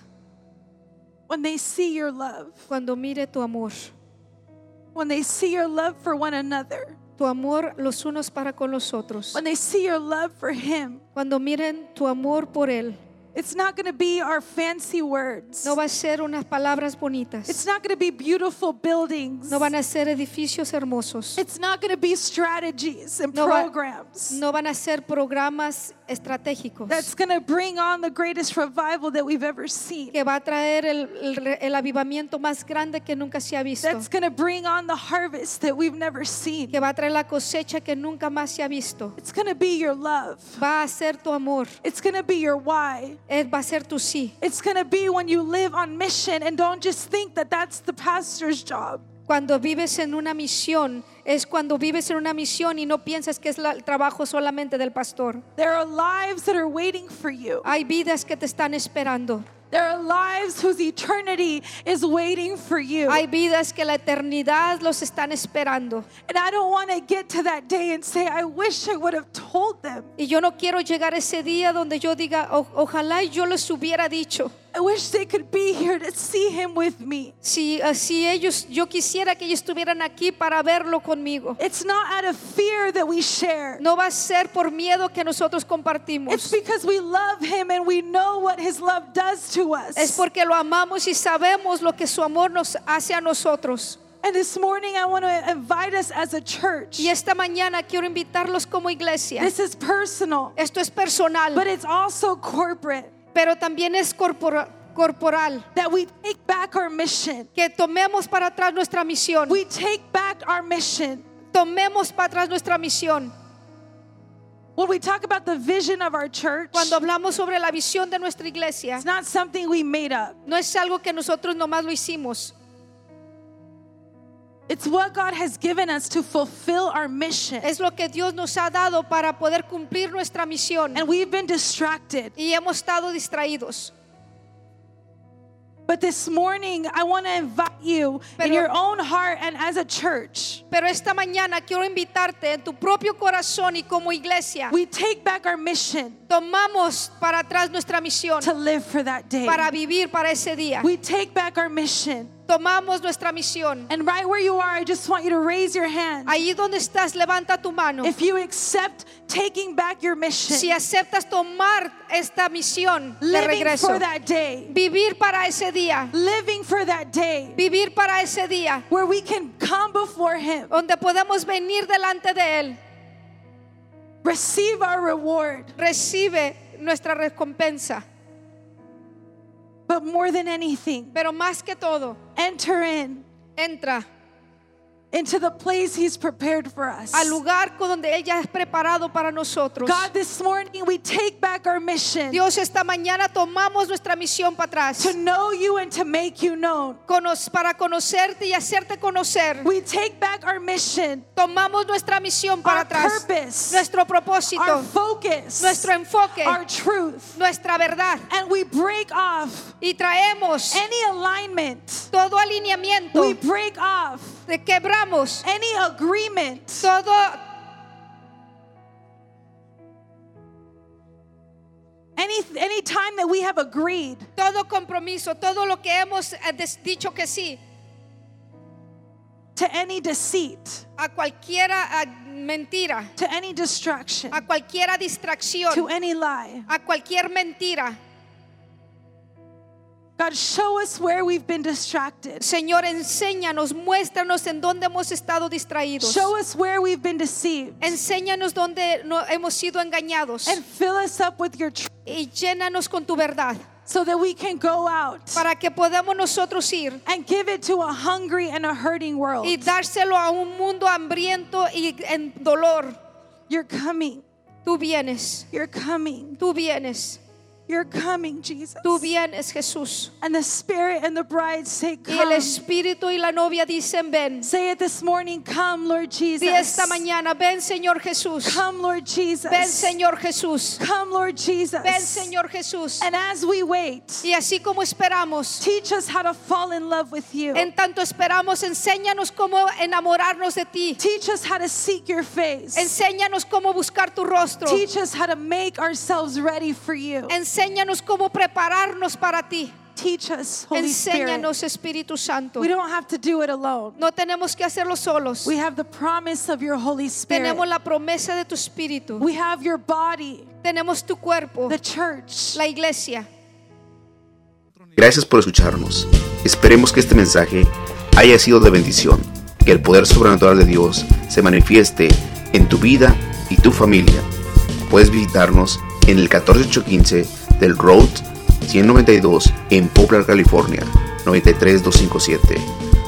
when they see your love,
cuando mire tu amor,
when they see your love for one another,
tu amor los unos para con los otros.
when they see your love for him.
Cuando miren tu amor por Él,
It's not going to be our fancy words.
no va a ser unas palabras
It's
bonitas,
not going to be beautiful buildings.
no van a ser edificios hermosos,
It's not going to be strategies and
No va-
programs
no van a ser programas estratégicos
that's going to bring on the greatest revival that we've ever seen.
que va a traer el, el re- el avivamiento más grande que nunca se ha visto,
That's going to bring on the harvest that we've never seen.
que va a traer la cosecha que nunca más se ha visto.
It's going to be your love.
Va a ser tu amor,
It's going to be your why.
Él va a ser tu sí.
It's going to be when you live on mission and don't just think that that's the pastor's job.
Cuando vives en una misión, es cuando vives en una misión y no piensas que es la- el trabajo solamente del pastor.
There are lives that are waiting for you.
Hay vidas que te están esperando.
There are lives whose eternity is waiting for you.
Hay vidas que la eternidad los están esperando.
and I don't want to get to that day and say, I wish I would have told them.
Y yo no quiero llegar a ese día donde yo diga, "O- ojalá yo les hubiera dicho.
I wish they could be here to see him with me.
Si, ah, si ellos, yo quisiera que ellos estuvieran aquí para verlo conmigo.
It's not out of fear that we share.
No va a ser por miedo que nosotros
It's
compartimos.
because we love him and we know what his love does to us.
Es porque lo amamos y sabemos lo que su amor nos hace a nosotros.
and this morning I want to invite us as a church.
Y esta mañana quiero invitarlos como iglesia.
This is personal,
Esto es personal,
but it's also corporate.
pero también es corpora- corporal.
That we take back our mission.
Que tomemos para atrás nuestra misión.
We take back our mission.
Tomemos para atrás nuestra misión.
When we talk about the vision of our church,
Cuando hablamos sobre la visión de nuestra iglesia,
it's not something we made up.
no es algo que nosotros nomás lo hicimos.
It's what God has given us to fulfill our mission.
Es lo que Dios nos ha dado para poder cumplir nuestra misión.
And we've been distracted.
Y hemos estado distraídos.
But this morning, I want to invite you in
Pero-
your own heart and as a church.
Pero esta mañana quiero invitarte en tu propio corazón y como iglesia.
We take back our mission
Tomamos para atrás nuestra misión
to live for that day.
para vivir para ese día.
We take back our mission
tomamos nuestra misión.
And right where you are, I just want you to raise your hand.
Allí donde estás, levanta tu mano.
If you accept taking back your
Si
mission,
aceptas tomar esta misión de
living
regreso,
for that day,
vivir para ese día,
living for that day
vivir para ese día,
where we can come before Him,
donde podemos venir delante de Él,
receive our reward.
recibe nuestra recompensa.
But more than anything,
Pero más que todo,
enter in
entra
into the place He's prepared for us.
al lugar con donde Él ya es preparado para nosotros.
God, this morning we take back our mission
Dios, esta mañana tomamos nuestra misión para atrás
to know you and to make you known.
Cono- para conocerte y hacerte conocer.
We take back our mission,
Tomamos nuestra misión para
Our
atrás,
purpose.
nuestro
our
propósito,
focus,
nuestro enfoque,
our truth,
nuestra verdad
and we break off
y traemos
any alignment.
todo alineamiento,
We break off
de quebramos
any agreement
todo
any any time that we have agreed
todo compromiso, todo lo que hemos eh, des- dicho que sí
to any deceit,
a cualquiera a mentira,
to any distraction,
a cualquiera
to
distracción,
any lie.
a cualquier mentira.
God, show us where we've been distracted.
Señor, enséñanos, muéstranos en dónde hemos estado distraídos.
Show us where we've been deceived.
Enséñanos dónde no hemos sido engañados
And fill us up with your truth
y llénanos con tu verdad
so that we can go out
para que podamos nosotros ir
and give it to a hungry and a hurting world.
y dárselo a un mundo hambriento y en dolor.
You're coming.
Tú vienes,
You're coming.
tú vienes,
You're coming, Jesus.
tú vienes Jesús.
And the Spirit and the bride say,
Y el
Come.
Espíritu y la novia dicen, ven.
Say it this morning. Come, Lord
Di
Jesus.
esta mañana, ven Señor Jesús,
Come, Lord Jesus.
ven Señor Jesús,
Come, Lord Jesus.
ven Señor Jesús.
And as we wait,
Y así como esperamos,
teach us how to fall in love with you.
En tanto esperamos, enséñanos cómo enamorarnos de ti.
Teach us how to seek your face.
Enséñanos cómo buscar tu rostro.
Teach us how to make ourselves ready for you.
Enséñanos cómo prepararnos para ti.
Teach us, Holy Spirit.
Enséñanos, Espíritu Santo.
We don't have to do it alone.
No tenemos que hacerlo solos.
We have the promise of your Holy
Tenemos
Spirit.
la promesa de tu Espíritu.
We have your body,
Tenemos tu cuerpo,
the church.
la iglesia.
Gracias por escucharnos. Esperemos que este mensaje haya sido de bendición, que el poder sobrenatural de Dios se manifieste en tu vida y tu familia. Puedes visitarnos en el 14815 del Road 192 en Poplar, California 93257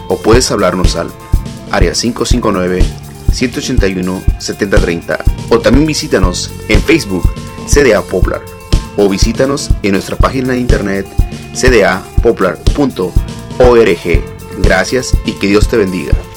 o puedes hablarnos al área 559 181 7030 o también visítanos en Facebook CDA Poplar o visítanos en nuestra página de internet cdapoplar.org. Gracias y que Dios te bendiga.